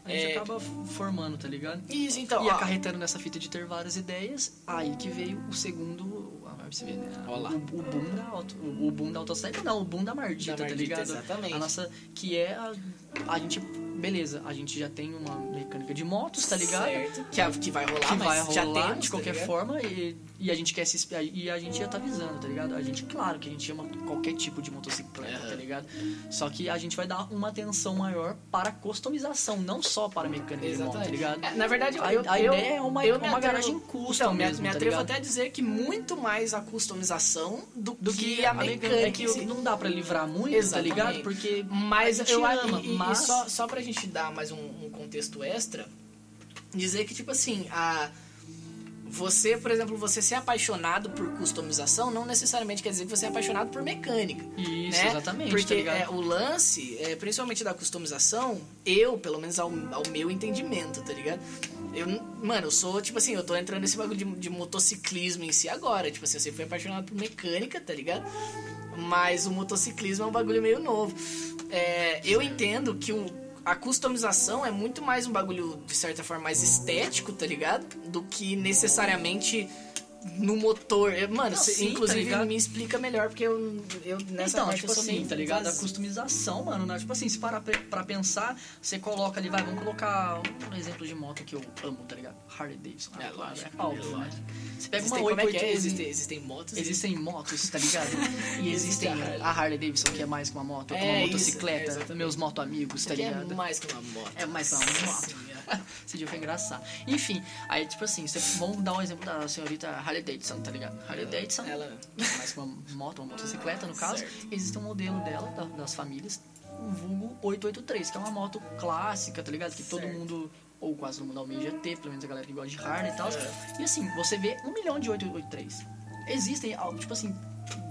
Speaker 2: A gente
Speaker 1: É,
Speaker 2: acaba formando, tá ligado?
Speaker 1: Isso, então.
Speaker 2: e
Speaker 1: ó,
Speaker 2: acarretando nessa fita de ter várias ideias, aí que veio o segundo. ah, pra você ver, né?
Speaker 1: Ó lá.
Speaker 2: O, o boom da auto, o, o boom da autocycle, não, o boom da Mardita,
Speaker 1: Da
Speaker 2: tá
Speaker 1: Mardita,
Speaker 2: ligado?
Speaker 1: exatamente.
Speaker 2: A nossa. Que é a. A gente. Beleza, a gente já tem uma mecânica de motos, tá ligado?
Speaker 1: Certo, que, é a- que vai rolar,
Speaker 2: Que
Speaker 1: mas
Speaker 2: vai
Speaker 1: já
Speaker 2: rolar
Speaker 1: temos,
Speaker 2: de
Speaker 1: tá
Speaker 2: qualquer
Speaker 1: ligado?
Speaker 2: forma e, e a gente quer se espe- e a gente já tá avisando, tá ligado? A gente, claro que a gente ama qualquer tipo de motocicleta,
Speaker 1: Aham.
Speaker 2: tá ligado? Só que a gente vai dar uma atenção maior para a customização, não só para a mecânica de moto, tá
Speaker 1: Exatamente.
Speaker 2: ligado?
Speaker 1: É, na verdade, eu,
Speaker 2: A-
Speaker 1: eu-
Speaker 2: a
Speaker 1: eu-
Speaker 2: ideia é uma-
Speaker 1: eu
Speaker 2: uma
Speaker 1: me atrevo-
Speaker 2: garagem custom
Speaker 1: Então, me-
Speaker 2: mesmo,
Speaker 1: me
Speaker 2: tá
Speaker 1: atrevo
Speaker 2: ligado?
Speaker 1: até a dizer que muito mais a customização do,
Speaker 2: do
Speaker 1: que,
Speaker 2: que,
Speaker 1: a
Speaker 2: É
Speaker 1: mecânica.
Speaker 2: que
Speaker 1: em si.
Speaker 2: não dá pra livrar muito,
Speaker 1: Exatamente.
Speaker 2: tá ligado? Porque
Speaker 1: Mas
Speaker 2: a gente
Speaker 1: eu
Speaker 2: ama,
Speaker 1: e, e- e
Speaker 2: mas
Speaker 1: só, só pra gente dar mais um, um contexto extra, dizer que, tipo assim, a. Você, por exemplo, você ser apaixonado por customização não necessariamente quer dizer que você é apaixonado por mecânica.
Speaker 2: Isso,
Speaker 1: né?
Speaker 2: exatamente,
Speaker 1: Porque
Speaker 2: tá ligado?
Speaker 1: é, o lance, é, principalmente da customização, eu, pelo menos ao, ao meu entendimento, tá ligado? Eu, n- mano, eu sou, tipo assim, eu tô entrando nesse bagulho de, de motociclismo em si agora. Tipo assim, eu sempre fui apaixonado por mecânica, tá ligado? Mas o motociclismo é um bagulho meio novo. É, eu entendo que o, a customização é muito mais um bagulho, de certa forma, mais estético, tá ligado? Do que necessariamente no motor. Eu- Mano,
Speaker 2: Não,
Speaker 1: cê-
Speaker 2: sim, tá
Speaker 1: inclusive
Speaker 2: ligado?
Speaker 1: me explica melhor, porque eu, eu nessa
Speaker 2: então,
Speaker 1: parte
Speaker 2: tipo
Speaker 1: eu sou
Speaker 2: assim,
Speaker 1: meio
Speaker 2: tá ligado? A
Speaker 1: vazio.
Speaker 2: customização, mano, né? Tipo assim, se parar pra, pra pensar, você coloca ali, vai, vamos colocar um exemplo de moto que eu amo, tá ligado? Harley Davidson.
Speaker 1: É
Speaker 2: Ah, claro,
Speaker 1: lógico,
Speaker 2: é óbvio,
Speaker 1: é
Speaker 2: né?
Speaker 1: lógico.
Speaker 2: Você pega
Speaker 1: Existem,
Speaker 2: uma
Speaker 1: como é que é?
Speaker 2: 881
Speaker 1: Existem, existem motos?
Speaker 2: Existem motos, tá
Speaker 1: *laughs*
Speaker 2: ligado? E
Speaker 1: Existe
Speaker 2: existem
Speaker 1: a Harley.
Speaker 2: a Harley Davidson, que é mais que uma moto, é
Speaker 1: É
Speaker 2: uma
Speaker 1: isso, é
Speaker 2: motocicleta,
Speaker 1: exatamente.
Speaker 2: meus moto amigos, tá
Speaker 1: que é
Speaker 2: ligado?
Speaker 1: mais que uma né? moto.
Speaker 2: É mais que uma
Speaker 1: Nossa
Speaker 2: moto.
Speaker 1: senhora.
Speaker 2: *laughs* Esse dia foi engraçado. Enfim, aí tipo assim, você, vamos dar um exemplo da senhorita Harley Davidson, tá ligado? Harley Davidson,
Speaker 1: Ela...
Speaker 2: mais que uma moto, uma motocicleta no caso,
Speaker 1: Certo.
Speaker 2: existe um modelo dela, da- das famílias, um vulgo 883, que é uma moto clássica, tá ligado? Que todo
Speaker 1: Certo.
Speaker 2: mundo, ou quase todo mundo almeja ter, pelo menos a galera que gosta de Harley e tal.
Speaker 1: É.
Speaker 2: E assim, você vê um milhão de 883. Existem, ah, tipo assim,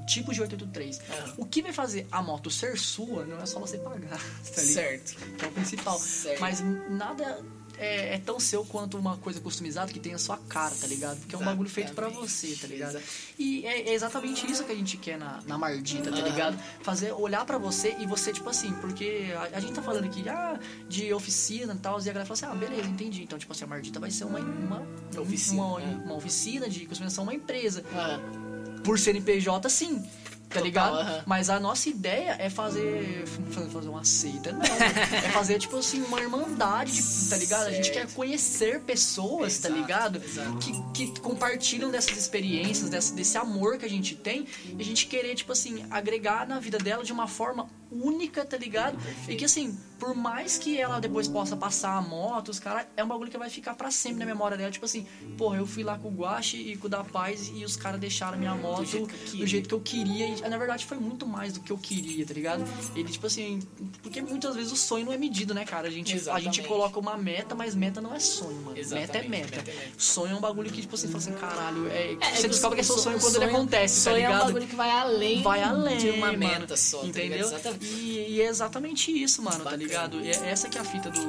Speaker 2: tipos de 883.
Speaker 1: Aham.
Speaker 2: O que vai fazer a moto ser sua não é só você pagar, *laughs* tá ligado?
Speaker 1: Certo.
Speaker 2: que é o principal.
Speaker 1: Certo.
Speaker 2: Mas nada é, é tão seu quanto uma coisa customizada que tem a sua cara, tá ligado? Porque é um bagulho feito pra você, tá ligado?
Speaker 1: Exatamente.
Speaker 2: E é, é exatamente isso que a gente quer na, na Mardita, tá
Speaker 1: Aham.
Speaker 2: ligado? Fazer olhar pra você e você, tipo assim, porque a, a gente tá falando aqui ah, de oficina e tal, e a galera fala assim, ah, beleza, entendi. Então, tipo assim, a Mardita vai ser uma, uma,
Speaker 1: Oficina,
Speaker 2: uma,
Speaker 1: é.
Speaker 2: uma oficina de customização, uma empresa
Speaker 1: Ah,
Speaker 2: por CNPJ, sim. Tá
Speaker 1: Total,
Speaker 2: ligado?
Speaker 1: aham.
Speaker 2: Mas a nossa ideia é fazer. fa- Fazer uma seita, não. é fazer, tipo assim, uma irmandade, de- tá ligado? A gente quer
Speaker 1: Certo.
Speaker 2: conhecer pessoas, tá
Speaker 1: Exato,
Speaker 2: ligado?
Speaker 1: exato.
Speaker 2: Que, que compartilham dessas experiências, desse, desse amor que a gente tem. E a gente querer, tipo assim, agregar na vida dela de uma forma única, tá ligado? E que assim, por mais que ela depois possa passar a moto, os caras, é um bagulho que vai ficar pra sempre na memória dela. Tipo assim, porra, eu fui lá com o Guache e com o da Paz e os caras deixaram minha moto do
Speaker 1: jeito
Speaker 2: jeito,
Speaker 1: que eu
Speaker 2: que
Speaker 1: queria.
Speaker 2: eu queria. E, na verdade, foi muito mais do que eu queria, tá ligado? Ele, tipo assim, porque muitas vezes o sonho não é medido, né, cara? A gente, a
Speaker 1: Exatamente.
Speaker 2: gente coloca uma meta, mas meta não é sonho, mano. Meta é
Speaker 1: Exatamente,
Speaker 2: meta.
Speaker 1: meta é meta.
Speaker 2: Sonho é um bagulho que, tipo assim, fala assim, caralho, é,
Speaker 1: é
Speaker 2: você
Speaker 1: que
Speaker 2: descobre que é seu
Speaker 1: o
Speaker 2: sonho
Speaker 1: o
Speaker 2: quando ele acontece, tá
Speaker 1: sonho é um
Speaker 2: ligado?
Speaker 1: bagulho que vai além,
Speaker 2: vai além
Speaker 1: de uma meta
Speaker 2: mano.
Speaker 1: só, tá ligado?
Speaker 2: entendeu?
Speaker 1: Exatamente.
Speaker 2: e, e é exatamente isso, mano, tá
Speaker 1: Bacana.
Speaker 2: ligado? E é- essa que é a fita do,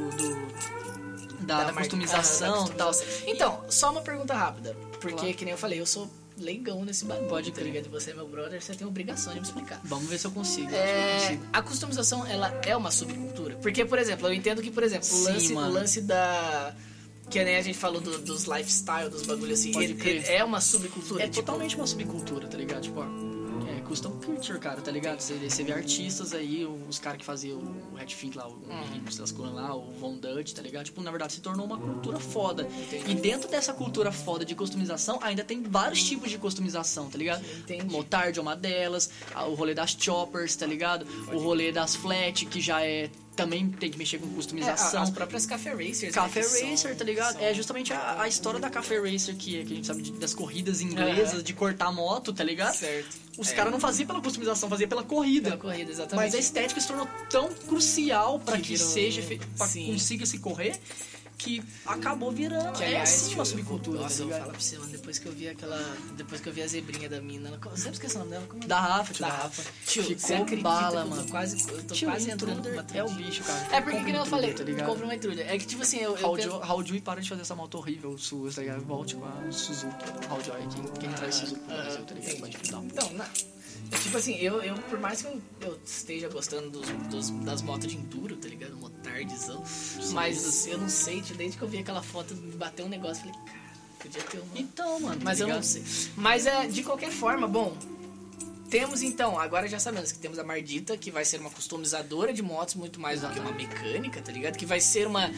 Speaker 2: do- da, da
Speaker 1: marca-
Speaker 2: customização,
Speaker 1: da
Speaker 2: e tal.
Speaker 1: customização. Então, só uma pergunta rápida. Porque,
Speaker 2: Claro.
Speaker 1: que nem eu falei, eu sou leigão nesse bagulho.
Speaker 2: Pode
Speaker 1: tá
Speaker 2: crer.
Speaker 1: ligado? Você é meu brother, você tem obrigação de me explicar.
Speaker 2: Vamos ver se eu consigo. eu acho que eu
Speaker 1: É,
Speaker 2: consigo.
Speaker 1: a customização, ela é uma subcultura? Porque, por exemplo, eu entendo que, por exemplo, o
Speaker 2: Sim,
Speaker 1: lance, o
Speaker 2: mano.
Speaker 1: lance da... Que nem a gente falou do- dos lifestyle, dos bagulhos assim.
Speaker 2: Pode
Speaker 1: ele-
Speaker 2: crer.
Speaker 1: ele é uma subcultura.
Speaker 2: É
Speaker 1: tipo,
Speaker 2: totalmente uma subcultura, tá ligado? Tipo, ó, é custom culture, cara, tá ligado? Você, você vê artistas aí, os caras que faziam o Redfield lá, o
Speaker 1: Hum.
Speaker 2: Strascolan lá, o Von Dutch, tá ligado? Tipo, na verdade, se tornou uma cultura foda.
Speaker 1: Entendi.
Speaker 2: E dentro dessa cultura foda de customização, ainda tem vários tipos de customização, tá ligado?
Speaker 1: Entendi.
Speaker 2: Motard é uma delas, a- o rolê das choppers, tá ligado? O rolê das flat, que já é... Também tem que mexer com
Speaker 1: é, a-
Speaker 2: customização.
Speaker 1: as próprias Café Racers.
Speaker 2: Café
Speaker 1: né, que são-
Speaker 2: Racer, tá ligado?
Speaker 1: são-
Speaker 2: É justamente a, a história da Café Racer que, que a gente sabe de- das corridas inglesas,
Speaker 1: Aham.
Speaker 2: de cortar a moto, tá ligado?
Speaker 1: É. Certo.
Speaker 2: Os
Speaker 1: É.
Speaker 2: caras não faziam pela customização, faziam pela corrida.
Speaker 1: Pela corrida, exatamente.
Speaker 2: Mas é a estética se tornou tão crucial pra
Speaker 1: Que
Speaker 2: que,
Speaker 1: virou-
Speaker 2: seja, fe- pra que
Speaker 1: Sim.
Speaker 2: consiga se correr, que acabou virando.
Speaker 1: Que,
Speaker 2: é
Speaker 1: aliás,
Speaker 2: sim
Speaker 1: tipo,
Speaker 2: uma subcultura,
Speaker 1: Nossa,
Speaker 2: tá
Speaker 1: eu vou
Speaker 2: ligado?
Speaker 1: falar pra você, mano. Depois que eu vi aquela. Depois que eu vi a zebrinha da mina. Ela, eu sempre esqueço o nome dela. Como é?
Speaker 2: Da Rafa, tio,
Speaker 1: Da
Speaker 2: da
Speaker 1: Rafa.
Speaker 2: Rafa.
Speaker 1: Tio,
Speaker 2: Ficou
Speaker 1: você acredita
Speaker 2: bala,
Speaker 1: que eu tô
Speaker 2: mano.
Speaker 1: quase. Eu tô
Speaker 2: Tio,
Speaker 1: quase entrando
Speaker 2: intruder
Speaker 1: numa
Speaker 2: é o
Speaker 1: trend.
Speaker 2: bicho, cara.
Speaker 1: É porque,
Speaker 2: Compra
Speaker 1: que nem eu
Speaker 2: intruder,
Speaker 1: falei,
Speaker 2: tá
Speaker 1: compra
Speaker 2: ligado?
Speaker 1: uma intruder. É que, tipo assim, eu. eu tento-
Speaker 2: Raul para de fazer essa moto horrível sua, tá ligado? Volte com a Suzuki. Raul Joy, quem, quem traz Suzuki pro
Speaker 1: Ah,
Speaker 2: Brasil, tá
Speaker 1: entendi.
Speaker 2: ligado? Mas, não.
Speaker 1: Então, na- é tipo assim, eu, eu, por mais que eu, eu esteja gostando dos, dos- das motos de enduro, tá ligado? Motardzão. Mas assim, eu não sei, tio, desde que eu vi aquela foto, me bateu um negócio, eu falei, cara, podia ter uma.
Speaker 2: Então, mano. tá
Speaker 1: Mas eu não
Speaker 2: ligado?
Speaker 1: sei. Mas é, de qualquer forma, bom. Temos então, agora já sabemos que temos a Mardita, que vai ser uma customizadora de motos muito mais do que uma mecânica, tá ligado? Que vai ser uma.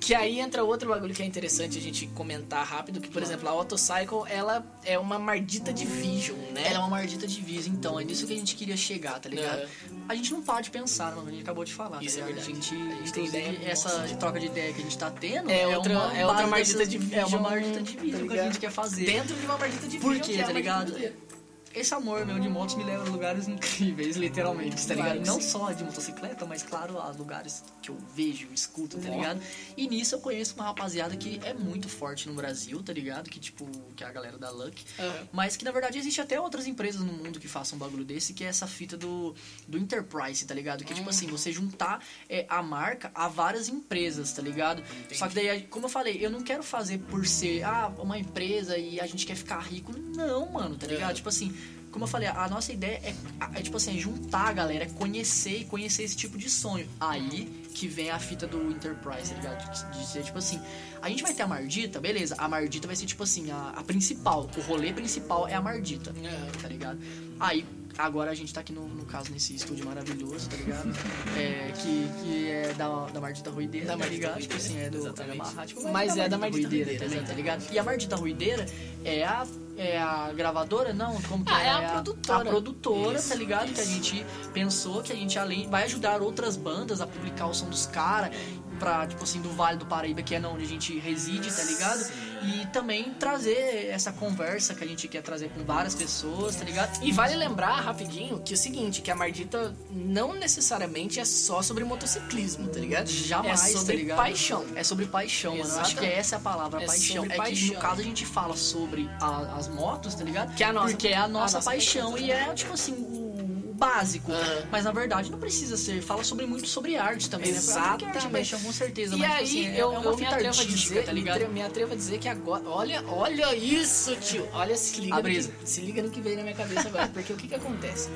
Speaker 1: Que aí entra outro bagulho que é interessante a gente comentar rápido, que, por exemplo, a Autocycle, ela é uma Mardita de Vision, né?
Speaker 2: Ela é uma mardita divisa, então é nisso que a gente queria chegar, tá ligado?
Speaker 1: É.
Speaker 2: A gente não para de pensar, mano, a gente acabou de falar.
Speaker 1: Isso é
Speaker 2: tá ligado?
Speaker 1: verdade.
Speaker 2: A gente,
Speaker 1: A gente tem
Speaker 2: inclusive,
Speaker 1: ideia,
Speaker 2: essa
Speaker 1: nossa.
Speaker 2: troca de ideia que a gente tá tendo
Speaker 1: É outra-
Speaker 2: uma
Speaker 1: é outra
Speaker 2: base
Speaker 1: mardita
Speaker 2: dessas-
Speaker 1: de
Speaker 2: É uma
Speaker 1: Vision,
Speaker 2: mardita
Speaker 1: tá
Speaker 2: divisa que a
Speaker 1: ligado?
Speaker 2: gente quer fazer.
Speaker 1: Dentro de uma Mardita de
Speaker 2: Por
Speaker 1: Vision,
Speaker 2: quê,
Speaker 1: que é a
Speaker 2: tá ligado?
Speaker 1: Mardita
Speaker 2: Esse amor meu de motos me leva a lugares incríveis, literalmente, tá
Speaker 1: Claro
Speaker 2: ligado?
Speaker 1: que
Speaker 2: Não
Speaker 1: sim.
Speaker 2: só de motocicleta, mas claro, a lugares que eu vejo, escuto, tá
Speaker 1: Ó.
Speaker 2: ligado? E nisso eu conheço uma rapaziada que é muito forte no Brasil, tá ligado? Que tipo, que é a galera da Luck.
Speaker 1: Aham.
Speaker 2: Mas que na verdade existe até outras empresas no mundo que façam um bagulho desse, que é essa fita do, do Enterprise, tá ligado? Que tipo
Speaker 1: Hum.
Speaker 2: assim, você juntar é, a marca a várias empresas, tá ligado? Só que daí, como eu falei, eu não quero fazer por ser ah, uma empresa e a gente quer ficar rico. Não, mano, tá ligado?
Speaker 1: É.
Speaker 2: Tipo assim, Como eu falei, a nossa ideia é, é, tipo assim, é juntar a galera, é conhecer e conhecer esse tipo de sonho. Aí que vem a fita do Enterprise, tá ligado? De, de ser tipo assim, a gente vai ter a Mardita, beleza. A Mardita vai ser tipo assim, a, a principal. O rolê principal é a Mardita,
Speaker 1: É.
Speaker 2: tá ligado? Aí, agora a gente tá aqui no, no caso, nesse estúdio maravilhoso, tá ligado?
Speaker 1: *laughs*
Speaker 2: É, que, que é da, da Mardita Ruideira,
Speaker 1: Da
Speaker 2: tá
Speaker 1: Mardita
Speaker 2: ligado?
Speaker 1: Ruideira,
Speaker 2: Tipo assim, é do
Speaker 1: exatamente.
Speaker 2: da Mahatma,
Speaker 1: Mas é da Mardita Ruideira,
Speaker 2: também, tá
Speaker 1: exatamente.
Speaker 2: ligado? E a Mardita Ruideira é a, é a gravadora, não? Como que
Speaker 1: Ah, é a
Speaker 2: A
Speaker 1: produtora.
Speaker 2: produtora,
Speaker 1: Isso,
Speaker 2: tá ligado? Que a
Speaker 1: isso.
Speaker 2: gente pensou que a gente além vai ajudar outras bandas a publicar o som dos caras pra, tipo assim, do Vale do Paraíba, que é onde a gente reside, tá ligado? E também trazer essa conversa que a gente quer trazer com várias pessoas, tá ligado?
Speaker 1: E vale lembrar rapidinho que é o seguinte, que a Mardita não necessariamente é só sobre motociclismo, tá ligado?
Speaker 2: Jamais,
Speaker 1: é sobre
Speaker 2: tá ligado?
Speaker 1: paixão.
Speaker 2: É sobre paixão, mano. Eu acho que
Speaker 1: Exatamente.
Speaker 2: essa é a palavra,
Speaker 1: É
Speaker 2: paixão.
Speaker 1: sobre
Speaker 2: É que
Speaker 1: paixão.
Speaker 2: no caso a gente fala sobre a- as motos, tá ligado?
Speaker 1: Que é a nossa-
Speaker 2: Porque é a
Speaker 1: a
Speaker 2: nossa,
Speaker 1: nossa
Speaker 2: paixão,
Speaker 1: paixão,
Speaker 2: e é, tipo assim, o, o básico.
Speaker 1: Aham.
Speaker 2: Mas na verdade não precisa ser. Fala sobre muito sobre arte também, né? Porque arte é
Speaker 1: Exatamente.
Speaker 2: paixão, com certeza.
Speaker 1: E
Speaker 2: mas, tipo
Speaker 1: aí,
Speaker 2: assim, é-
Speaker 1: eu,
Speaker 2: é uma
Speaker 1: eu me
Speaker 2: fita
Speaker 1: atrevo a
Speaker 2: artística,
Speaker 1: dizer,
Speaker 2: tá ligado?
Speaker 1: me atre- me atrevo a dizer que agora, olha, olha isso, tio. Olha, se liga,
Speaker 2: A
Speaker 1: no que-
Speaker 2: brisa.
Speaker 1: se liga no que veio na minha cabeça agora, porque o que que acontece?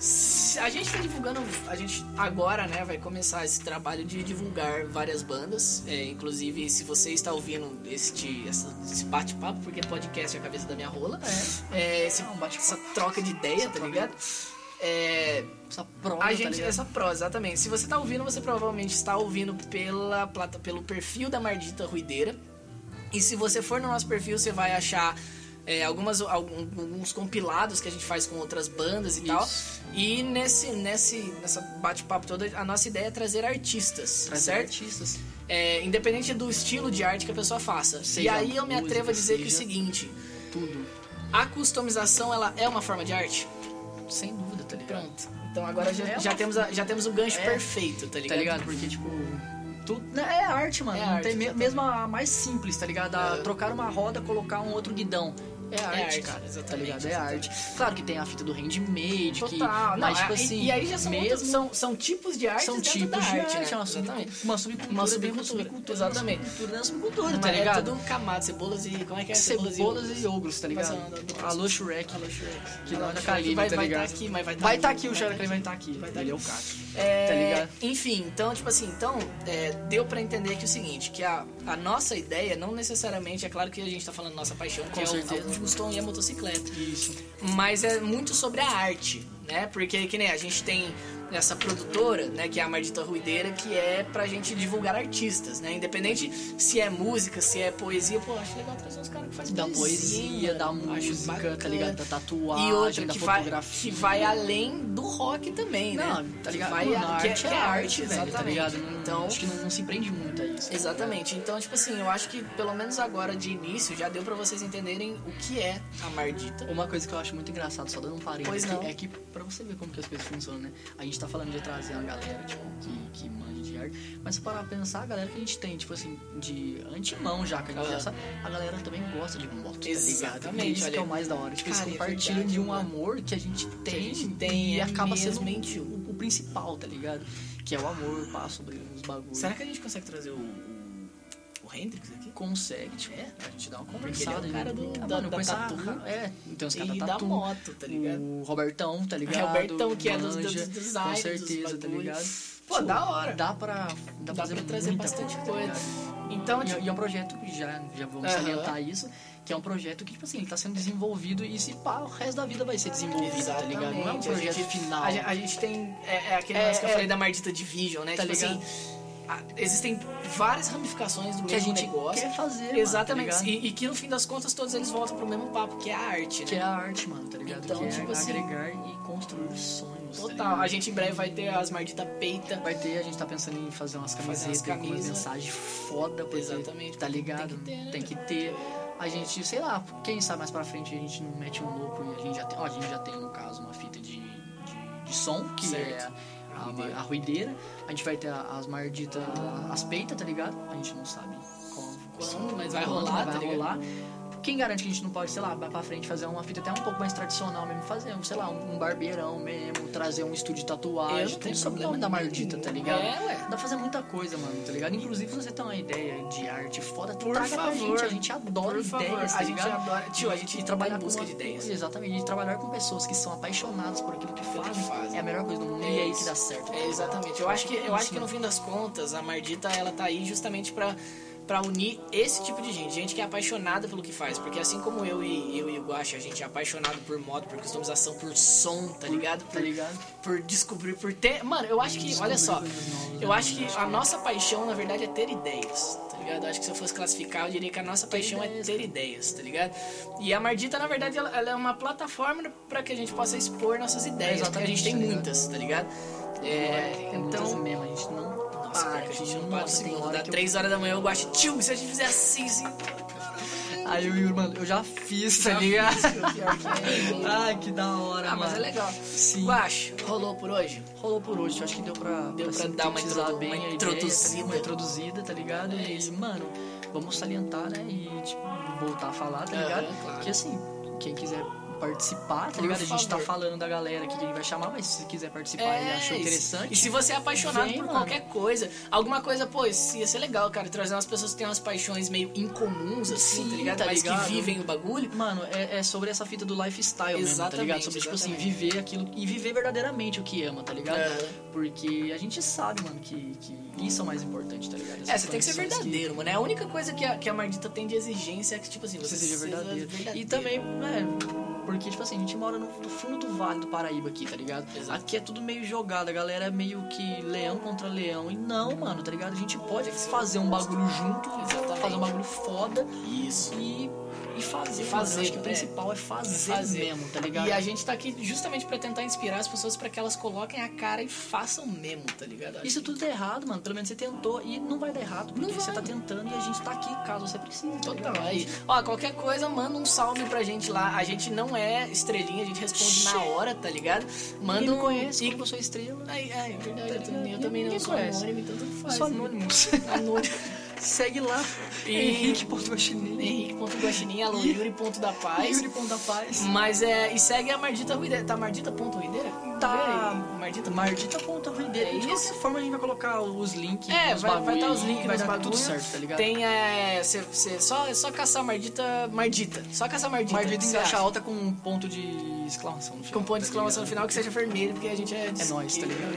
Speaker 1: Se- A gente tá divulgando, a gente agora, né, vai começar esse trabalho de divulgar várias bandas, é, inclusive se você está ouvindo este essa- esse bate-papo, porque podcast é a cabeça da minha rola, é, esse-
Speaker 2: É um bate-papo.
Speaker 1: essa troca de ideia,
Speaker 2: Essa
Speaker 1: tá
Speaker 2: troca de-
Speaker 1: ligado? É,
Speaker 2: Essa prova,
Speaker 1: a
Speaker 2: tá
Speaker 1: gente,
Speaker 2: ligado?
Speaker 1: essa prosa, exatamente. Se você tá ouvindo, você provavelmente está ouvindo pela plata, pelo perfil da Mardita Ruideira. E se você for no nosso perfil, você vai achar é, algumas, algum- alguns compilados que a gente faz com outras bandas e
Speaker 2: Isso.
Speaker 1: tal. E nesse, nesse nessa bate-papo toda, a nossa ideia é trazer artistas,
Speaker 2: Trazer
Speaker 1: certo?
Speaker 2: artistas.
Speaker 1: É, independente do estilo de arte que a pessoa faça. e
Speaker 2: Seja
Speaker 1: aí eu me
Speaker 2: música,
Speaker 1: atrevo a dizer que é o
Speaker 2: seja-
Speaker 1: seguinte:
Speaker 2: Tudo.
Speaker 1: a customização ela é uma forma de arte?
Speaker 2: Sem dúvida, tá ligado?
Speaker 1: Pronto. Então agora já,
Speaker 2: É uma-
Speaker 1: já temos, a- já temos o gancho
Speaker 2: É.
Speaker 1: perfeito, tá ligado?
Speaker 2: Tá ligado? Porque, tipo. Tudo, né, é arte, mano.
Speaker 1: É
Speaker 2: Não
Speaker 1: arte,
Speaker 2: tem me-
Speaker 1: exatamente.
Speaker 2: mesmo a mais simples, tá ligado? A
Speaker 1: É.
Speaker 2: Trocar uma roda, colocar um outro guidão. É arte,
Speaker 1: arte,
Speaker 2: cara. Tá
Speaker 1: exatamente,
Speaker 2: ligado? É
Speaker 1: exatamente.
Speaker 2: arte. Claro que tem a fita do handmade, que.
Speaker 1: Total. Não,
Speaker 2: mas, tipo
Speaker 1: é-
Speaker 2: assim.
Speaker 1: e, aí já são,
Speaker 2: mesmo,
Speaker 1: outros- são, são tipos de arte
Speaker 2: são
Speaker 1: dentro
Speaker 2: tipos
Speaker 1: da
Speaker 2: de
Speaker 1: arte,
Speaker 2: arte.
Speaker 1: né?
Speaker 2: é uma,
Speaker 1: Exatamente.
Speaker 2: sub, uma subcultura.
Speaker 1: Uma
Speaker 2: dentro da
Speaker 1: subcultura,
Speaker 2: subcultura. é
Speaker 1: exatamente.
Speaker 2: Uma subcultura, dentro da subcultura, tá
Speaker 1: Mas é
Speaker 2: ligado?
Speaker 1: tudo camada, cebolas e... Como é que é?
Speaker 2: Cebolas,
Speaker 1: e
Speaker 2: e ogros, tá ligado?
Speaker 1: Mas não, não, não.
Speaker 2: Alô, Shrek.
Speaker 1: Alô, Shrek.
Speaker 2: Que não é da
Speaker 1: Shrek
Speaker 2: Kaline,
Speaker 1: vai,
Speaker 2: tá
Speaker 1: vai
Speaker 2: ligado?
Speaker 1: tá aqui, mas vai estar
Speaker 2: Vai estar aqui, o Shrek vai estar aqui.
Speaker 1: Vai tá
Speaker 2: Ele é o
Speaker 1: aqui.
Speaker 2: cara.
Speaker 1: É,
Speaker 2: Tá ligado?
Speaker 1: Enfim, então, tipo assim, então, é, deu pra entender que o seguinte, que a, a nossa ideia não necessariamente, é claro que a gente tá falando nossa paixão, que
Speaker 2: Com
Speaker 1: é o-
Speaker 2: certeza.
Speaker 1: o, custom e a motocicleta.
Speaker 2: Isso.
Speaker 1: mas é muito sobre a arte, né? Porque que nem a gente tem essa produtora, né, que é a Mardita Ruideira, que é pra gente divulgar artistas, né? Independente se é música, se é poesia, pô, acho legal trazer uns caras que fazem
Speaker 2: da poesia, da
Speaker 1: mano. Acho
Speaker 2: música, tá
Speaker 1: bacana.
Speaker 2: ligado? Da tatuagem,
Speaker 1: E outra
Speaker 2: da
Speaker 1: que vai, que
Speaker 2: fotografia.
Speaker 1: vai além do rock também,
Speaker 2: Não,
Speaker 1: né?
Speaker 2: tá
Speaker 1: Que
Speaker 2: ligado?
Speaker 1: Vai,
Speaker 2: Mano,
Speaker 1: a-
Speaker 2: a
Speaker 1: que é-
Speaker 2: arte
Speaker 1: que
Speaker 2: é arte, velho,
Speaker 1: exatamente.
Speaker 2: tá ligado? Não-
Speaker 1: Então,
Speaker 2: acho que não, não se prende muito a isso.
Speaker 1: Exatamente. Então, tipo assim, eu acho que pelo menos agora de início já deu pra vocês entenderem o que é a Mardita.
Speaker 2: Uma coisa que eu acho muito engraçado, só dando um
Speaker 1: Pois
Speaker 2: parênteses,
Speaker 1: não.
Speaker 2: aqui, é que pra você ver como que as coisas funcionam, né? A gente tá falando de trazer uma galera, tipo, que, que manja de arte, mas se parar pra pensar, a galera que a gente tem, tipo assim, de antemão já, que a gente
Speaker 1: Ah.
Speaker 2: já sabe, a galera também gosta de moto, tá ligado?
Speaker 1: Exatamente,
Speaker 2: E Isso que
Speaker 1: olha
Speaker 2: é
Speaker 1: aí.
Speaker 2: o mais da hora. Tipo, eles
Speaker 1: Cara, é
Speaker 2: compartilham
Speaker 1: verdade,
Speaker 2: de um
Speaker 1: mano.
Speaker 2: amor que a gente tem,
Speaker 1: gente tem,
Speaker 2: e
Speaker 1: é
Speaker 2: acaba sendo
Speaker 1: mesmo.
Speaker 2: o, o principal, tá ligado? Que é o amor, pá, sobre os bagulhos.
Speaker 1: Será que a gente consegue trazer o, o, o Hendrix aqui?
Speaker 2: Consegue, tipo,
Speaker 1: É?
Speaker 2: a gente dá uma
Speaker 1: Porque ele é o
Speaker 2: conversada.
Speaker 1: cara do-
Speaker 2: Ah,
Speaker 1: da-
Speaker 2: mano, eu
Speaker 1: da
Speaker 2: conheço a-
Speaker 1: tatu.
Speaker 2: É, tem uns caras
Speaker 1: e
Speaker 2: da
Speaker 1: da
Speaker 2: tatu.
Speaker 1: moto, tá ligado?
Speaker 2: O Robertão, tá ligado?
Speaker 1: Robertão, que é dos-
Speaker 2: Manja,
Speaker 1: dos- dos
Speaker 2: Com
Speaker 1: designers, dos
Speaker 2: certeza, tá
Speaker 1: bagulho.
Speaker 2: ligado?
Speaker 1: Pô, da hora.
Speaker 2: Dá pra, dá pra
Speaker 1: Dá
Speaker 2: fazer
Speaker 1: pra trazer
Speaker 2: muita
Speaker 1: bastante
Speaker 2: tá
Speaker 1: tá coisa.
Speaker 2: ligado?
Speaker 1: Então,
Speaker 2: E,
Speaker 1: tipo,
Speaker 2: é- e é um projeto que já, já vamos
Speaker 1: Aham.
Speaker 2: salientar isso, que é um projeto que, tipo assim, ele tá sendo desenvolvido e se pá, o resto da vida vai ser desenvolvido, tá ligado? Não é um
Speaker 1: Exatamente, a
Speaker 2: projeto
Speaker 1: gente-
Speaker 2: final.
Speaker 1: A, gen- a gente tem. É, é aquele
Speaker 2: É,
Speaker 1: lance que eu
Speaker 2: é.
Speaker 1: falei da Mardita Division, né?
Speaker 2: Tá
Speaker 1: tipo
Speaker 2: ligado?
Speaker 1: assim. a- existem várias ramificações do
Speaker 2: que a
Speaker 1: mesmo
Speaker 2: gente
Speaker 1: um negócio.
Speaker 2: quer fazer, mano, tá
Speaker 1: Exatamente.
Speaker 2: ligado?
Speaker 1: e, e que no fim das contas todos eles voltam pro mesmo papo, que é a arte,
Speaker 2: Que
Speaker 1: né?
Speaker 2: é a arte, mano, tá ligado?
Speaker 1: Então,
Speaker 2: que
Speaker 1: tipo
Speaker 2: é
Speaker 1: assim,
Speaker 2: agregar e construir sonhos, tá
Speaker 1: Total.
Speaker 2: ligado?
Speaker 1: a gente em breve vai ter as Mardita Peita.
Speaker 2: Vai ter, a gente tá pensando em fazer umas
Speaker 1: Fazer
Speaker 2: camisetas
Speaker 1: umas
Speaker 2: com umas
Speaker 1: camisas.
Speaker 2: mensagens foda, porque,
Speaker 1: Exatamente,
Speaker 2: Tá
Speaker 1: porque tem
Speaker 2: ligado?
Speaker 1: que ter, né,
Speaker 2: Tem que ter. A gente, sei lá, quem sabe mais pra frente a gente não mete um louco e a gente já tem. Ó, a gente já tem, no caso, uma fita de, de, de som, que é
Speaker 1: Certo.
Speaker 2: a, a, a ruideira. A gente vai ter a- as marditas, as peitas, tá ligado? A gente não sabe qual-
Speaker 1: Quando, mas vai rolar,
Speaker 2: vai
Speaker 1: tá ligado?
Speaker 2: rolar. Quem garante que a gente não pode, sei lá, pra frente fazer uma fita até um pouco mais tradicional mesmo, fazer, um, sei lá, um, um barbeirão mesmo, trazer um estúdio de
Speaker 1: Eu
Speaker 2: tatuagem,
Speaker 1: não
Speaker 2: tudo
Speaker 1: tenho
Speaker 2: sobre o
Speaker 1: problema
Speaker 2: nome da Mardita, tá ligado?
Speaker 1: É, ué.
Speaker 2: Dá pra fazer muita coisa, mano, tá ligado? Inclusive, se você tem uma ideia de arte foda,
Speaker 1: Por
Speaker 2: traga pra
Speaker 1: favor.
Speaker 2: gente, a gente adora
Speaker 1: Por
Speaker 2: ideias,
Speaker 1: favor,
Speaker 2: tá
Speaker 1: a gente
Speaker 2: ligado?
Speaker 1: adora. Tio, a gente
Speaker 2: E
Speaker 1: trabalha
Speaker 2: trabalhar
Speaker 1: em busca
Speaker 2: com
Speaker 1: de
Speaker 2: uma-
Speaker 1: ideias.
Speaker 2: Exatamente, e trabalhar com pessoas que são apaixonadas por aquilo que fazem,
Speaker 1: fazem.
Speaker 2: é a melhor coisa do mundo, e é aí que dá certo.
Speaker 1: É, exatamente. Eu acho que eu acho que no fim das contas a Mardita ela tá aí justamente pra para unir esse tipo de gente, gente que é apaixonada pelo que faz, porque assim como eu e eu e o Guaxa, a gente é apaixonado por moto, por customização, por som, tá ligado?
Speaker 2: Tá
Speaker 1: Por,
Speaker 2: ligado?
Speaker 1: por descobrir, por ter, mano, eu acho que, olha só,
Speaker 2: Descobrir coisas novas,
Speaker 1: eu
Speaker 2: né?
Speaker 1: acho que a nossa paixão na verdade é ter ideias, tá ligado? Eu acho que se eu fosse classificar, eu diria que a nossa paixão é
Speaker 2: ideias,
Speaker 1: ter ideias, tá ligado? E a Mardita, na verdade, ela, ela é uma plataforma pra que a gente possa expor nossas ideias, porque a gente
Speaker 2: Exatamente,
Speaker 1: tem
Speaker 2: tá ligado?
Speaker 1: muitas, tá ligado? É,
Speaker 2: então
Speaker 1: então,
Speaker 2: mesmo, a gente não
Speaker 1: nossa,
Speaker 2: para,
Speaker 1: pior que a gente não para um
Speaker 2: nossa, tem
Speaker 1: segundo,
Speaker 2: hora
Speaker 1: dá
Speaker 2: que eu-
Speaker 1: 3 horas da manhã, eu gosto, tio, se a gente fizer assim, *laughs* assim,
Speaker 2: Aí eu, Yuri, mano, eu já fiz,
Speaker 1: Já
Speaker 2: tá ligado?
Speaker 1: fiz, pior que é.
Speaker 2: Ai, que da hora,
Speaker 1: ah,
Speaker 2: mano.
Speaker 1: mas é legal.
Speaker 2: Sim.
Speaker 1: Guacho, rolou por hoje?
Speaker 2: Rolou por hoje, eu acho que deu pra,
Speaker 1: Deu pra dar uma
Speaker 2: sintetizar
Speaker 1: introdu-
Speaker 2: bem
Speaker 1: uma
Speaker 2: a
Speaker 1: introduzida.
Speaker 2: Ideia, uma introduzida, tá ligado?
Speaker 1: É
Speaker 2: E,
Speaker 1: isso.
Speaker 2: mano, vamos salientar, né? E, tipo, voltar a falar, tá
Speaker 1: Aham,
Speaker 2: ligado?
Speaker 1: claro.
Speaker 2: Que assim, quem quiser participar, tá
Speaker 1: Por
Speaker 2: ligado? A gente tá
Speaker 1: favor. É
Speaker 2: falando da galera aqui que ele vai chamar, mas se quiser participar e achou
Speaker 1: isso.
Speaker 2: interessante.
Speaker 1: E se você é apaixonado
Speaker 2: Vem,
Speaker 1: por
Speaker 2: mano.
Speaker 1: qualquer coisa, alguma coisa, pô, isso ia ser legal, cara, trazer umas pessoas que têm umas paixões meio incomuns, assim,
Speaker 2: Sim,
Speaker 1: tá ligado?
Speaker 2: tá
Speaker 1: Mas
Speaker 2: ligado.
Speaker 1: que vivem o bagulho.
Speaker 2: Mano, é, é sobre essa fita do lifestyle mesmo, tá
Speaker 1: Exatamente,
Speaker 2: ligado? Sobre, tipo assim,
Speaker 1: exatamente. É.
Speaker 2: viver aquilo e viver verdadeiramente o que ama, tá ligado?
Speaker 1: Aham.
Speaker 2: Porque a gente sabe, mano, que, que isso é o mais importante, tá ligado?
Speaker 1: É,
Speaker 2: Essas
Speaker 1: você tem que ser
Speaker 2: conexões
Speaker 1: verdadeiro, mano. É a única coisa que a, que a Mardita tem de exigência é que, tipo assim,
Speaker 2: que
Speaker 1: você
Speaker 2: Você seja verdadeiro. E também, né, porque, tipo assim, a gente mora no, no fundo do Vale do Paraíba aqui, tá ligado?
Speaker 1: Exato.
Speaker 2: Aqui é tudo meio jogado, a galera é meio que leão contra leão. E não, mano, tá ligado? A gente pode fazer um bagulho junto,
Speaker 1: Exatamente.
Speaker 2: fazer um bagulho foda
Speaker 1: Isso.
Speaker 2: e, e fazer.
Speaker 1: E
Speaker 2: mano.
Speaker 1: fazer,
Speaker 2: Eu acho que o
Speaker 1: é.
Speaker 2: principal é fazer,
Speaker 1: Fazer.
Speaker 2: mesmo, tá ligado?
Speaker 1: E a gente tá aqui justamente pra tentar inspirar as pessoas pra que elas coloquem a cara e façam mesmo, tá ligado?
Speaker 2: Isso tudo der errado, mano. Pelo menos você tentou e não vai dar errado, porque
Speaker 1: Não
Speaker 2: você
Speaker 1: vai,
Speaker 2: tá
Speaker 1: mano.
Speaker 2: tentando e a gente tá aqui caso você precise. tá
Speaker 1: Total.
Speaker 2: ligado?
Speaker 1: Aí, ó, qualquer coisa, manda um salve pra gente lá. A gente não é estrelinha, a gente responde na hora, tá ligado? Manda
Speaker 2: Ninguém
Speaker 1: um.
Speaker 2: me conhece,
Speaker 1: e-
Speaker 2: como eu sou estrela.
Speaker 1: Ai, ai, é verdade,
Speaker 2: Tá
Speaker 1: eu também, eu
Speaker 2: ligado?
Speaker 1: também não
Speaker 2: Ninguém
Speaker 1: sou
Speaker 2: conhece.
Speaker 1: anônimo, então tanto faz.
Speaker 2: Sou
Speaker 1: né?
Speaker 2: anônimo.
Speaker 1: Anônimo.
Speaker 2: *laughs* Segue lá.
Speaker 1: E-
Speaker 2: Henrique.guaxinim.
Speaker 1: Henrique.guaxinim, alô, Yuri.dapaz.
Speaker 2: Yuri Ponta Paz.
Speaker 1: Mas é. E segue a Mardita Ruideira. Tá Mardita.ruideira?
Speaker 2: Tá.
Speaker 1: Mardita.
Speaker 2: Mardita Ponta Ruideira.
Speaker 1: É
Speaker 2: De
Speaker 1: isso.
Speaker 2: qualquer forma, a gente vai colocar os links.
Speaker 1: É,
Speaker 2: os
Speaker 1: vai, vai
Speaker 2: bagulho
Speaker 1: estar os
Speaker 2: aí,
Speaker 1: links
Speaker 2: vai
Speaker 1: nos
Speaker 2: dar
Speaker 1: bagulho.
Speaker 2: tudo certo, tá ligado?
Speaker 1: Tem, é. Cê, cê- só, é só caçar Mardita. Mardita. Só caçar Mardita.
Speaker 2: Mardita em
Speaker 1: Cê acha?
Speaker 2: caixa alta com um ponto de exclamação no final.
Speaker 1: Com ponto de
Speaker 2: tá
Speaker 1: exclamação no final
Speaker 2: ligado?
Speaker 1: que seja vermelho, porque a gente é. de-
Speaker 2: nóis, tá ligado?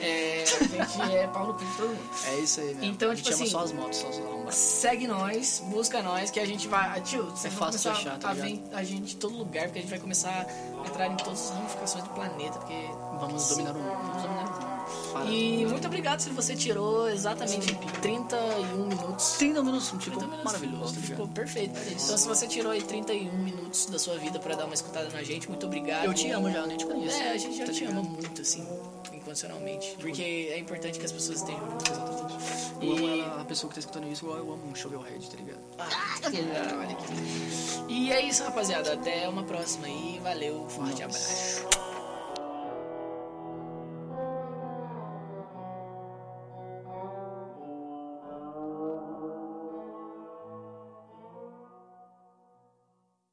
Speaker 1: É, a gente é pau no cu de todo mundo.
Speaker 2: É isso aí, mesmo.
Speaker 1: Então,
Speaker 2: a gente
Speaker 1: tipo
Speaker 2: chama
Speaker 1: assim,
Speaker 2: só as motos, só os arrombados.
Speaker 1: Segue nós, busca nós, que a gente vai. ah, Tio, você
Speaker 2: É
Speaker 1: vai
Speaker 2: fácil de
Speaker 1: começar
Speaker 2: achar, tá
Speaker 1: a
Speaker 2: ligado?
Speaker 1: ver a gente em todo lugar, porque a gente vai começar a entrar em todas as ramificações do planeta, porque.
Speaker 2: Vamos dominar o mundo.
Speaker 1: Vamos dominar o mundo.
Speaker 2: Para.
Speaker 1: E muito obrigado se você tirou exatamente 31 minutos.
Speaker 2: 30 minutos, ficou
Speaker 1: 30 minutos.
Speaker 2: maravilhoso, tá ligado?
Speaker 1: Ficou perfeito. Então, se você tirou aí 31 minutos da sua vida pra dar uma escutada na gente, muito obrigado.
Speaker 2: Eu te amo já, eu nem te conheço.
Speaker 1: É, a gente já
Speaker 2: Tá
Speaker 1: te
Speaker 2: ligado?
Speaker 1: ama muito, assim, incondicionalmente. Porque é importante que as pessoas um estejam juntas.
Speaker 2: Eu amo
Speaker 1: E...
Speaker 2: ela, a pessoa que tá escutando isso, igual eu amo um Shovelhead, tá ligado?
Speaker 1: Ah, que legal, olha que legal. E é isso, rapaziada. Até uma próxima e valeu. Forte
Speaker 2: Nossa.
Speaker 1: abraço.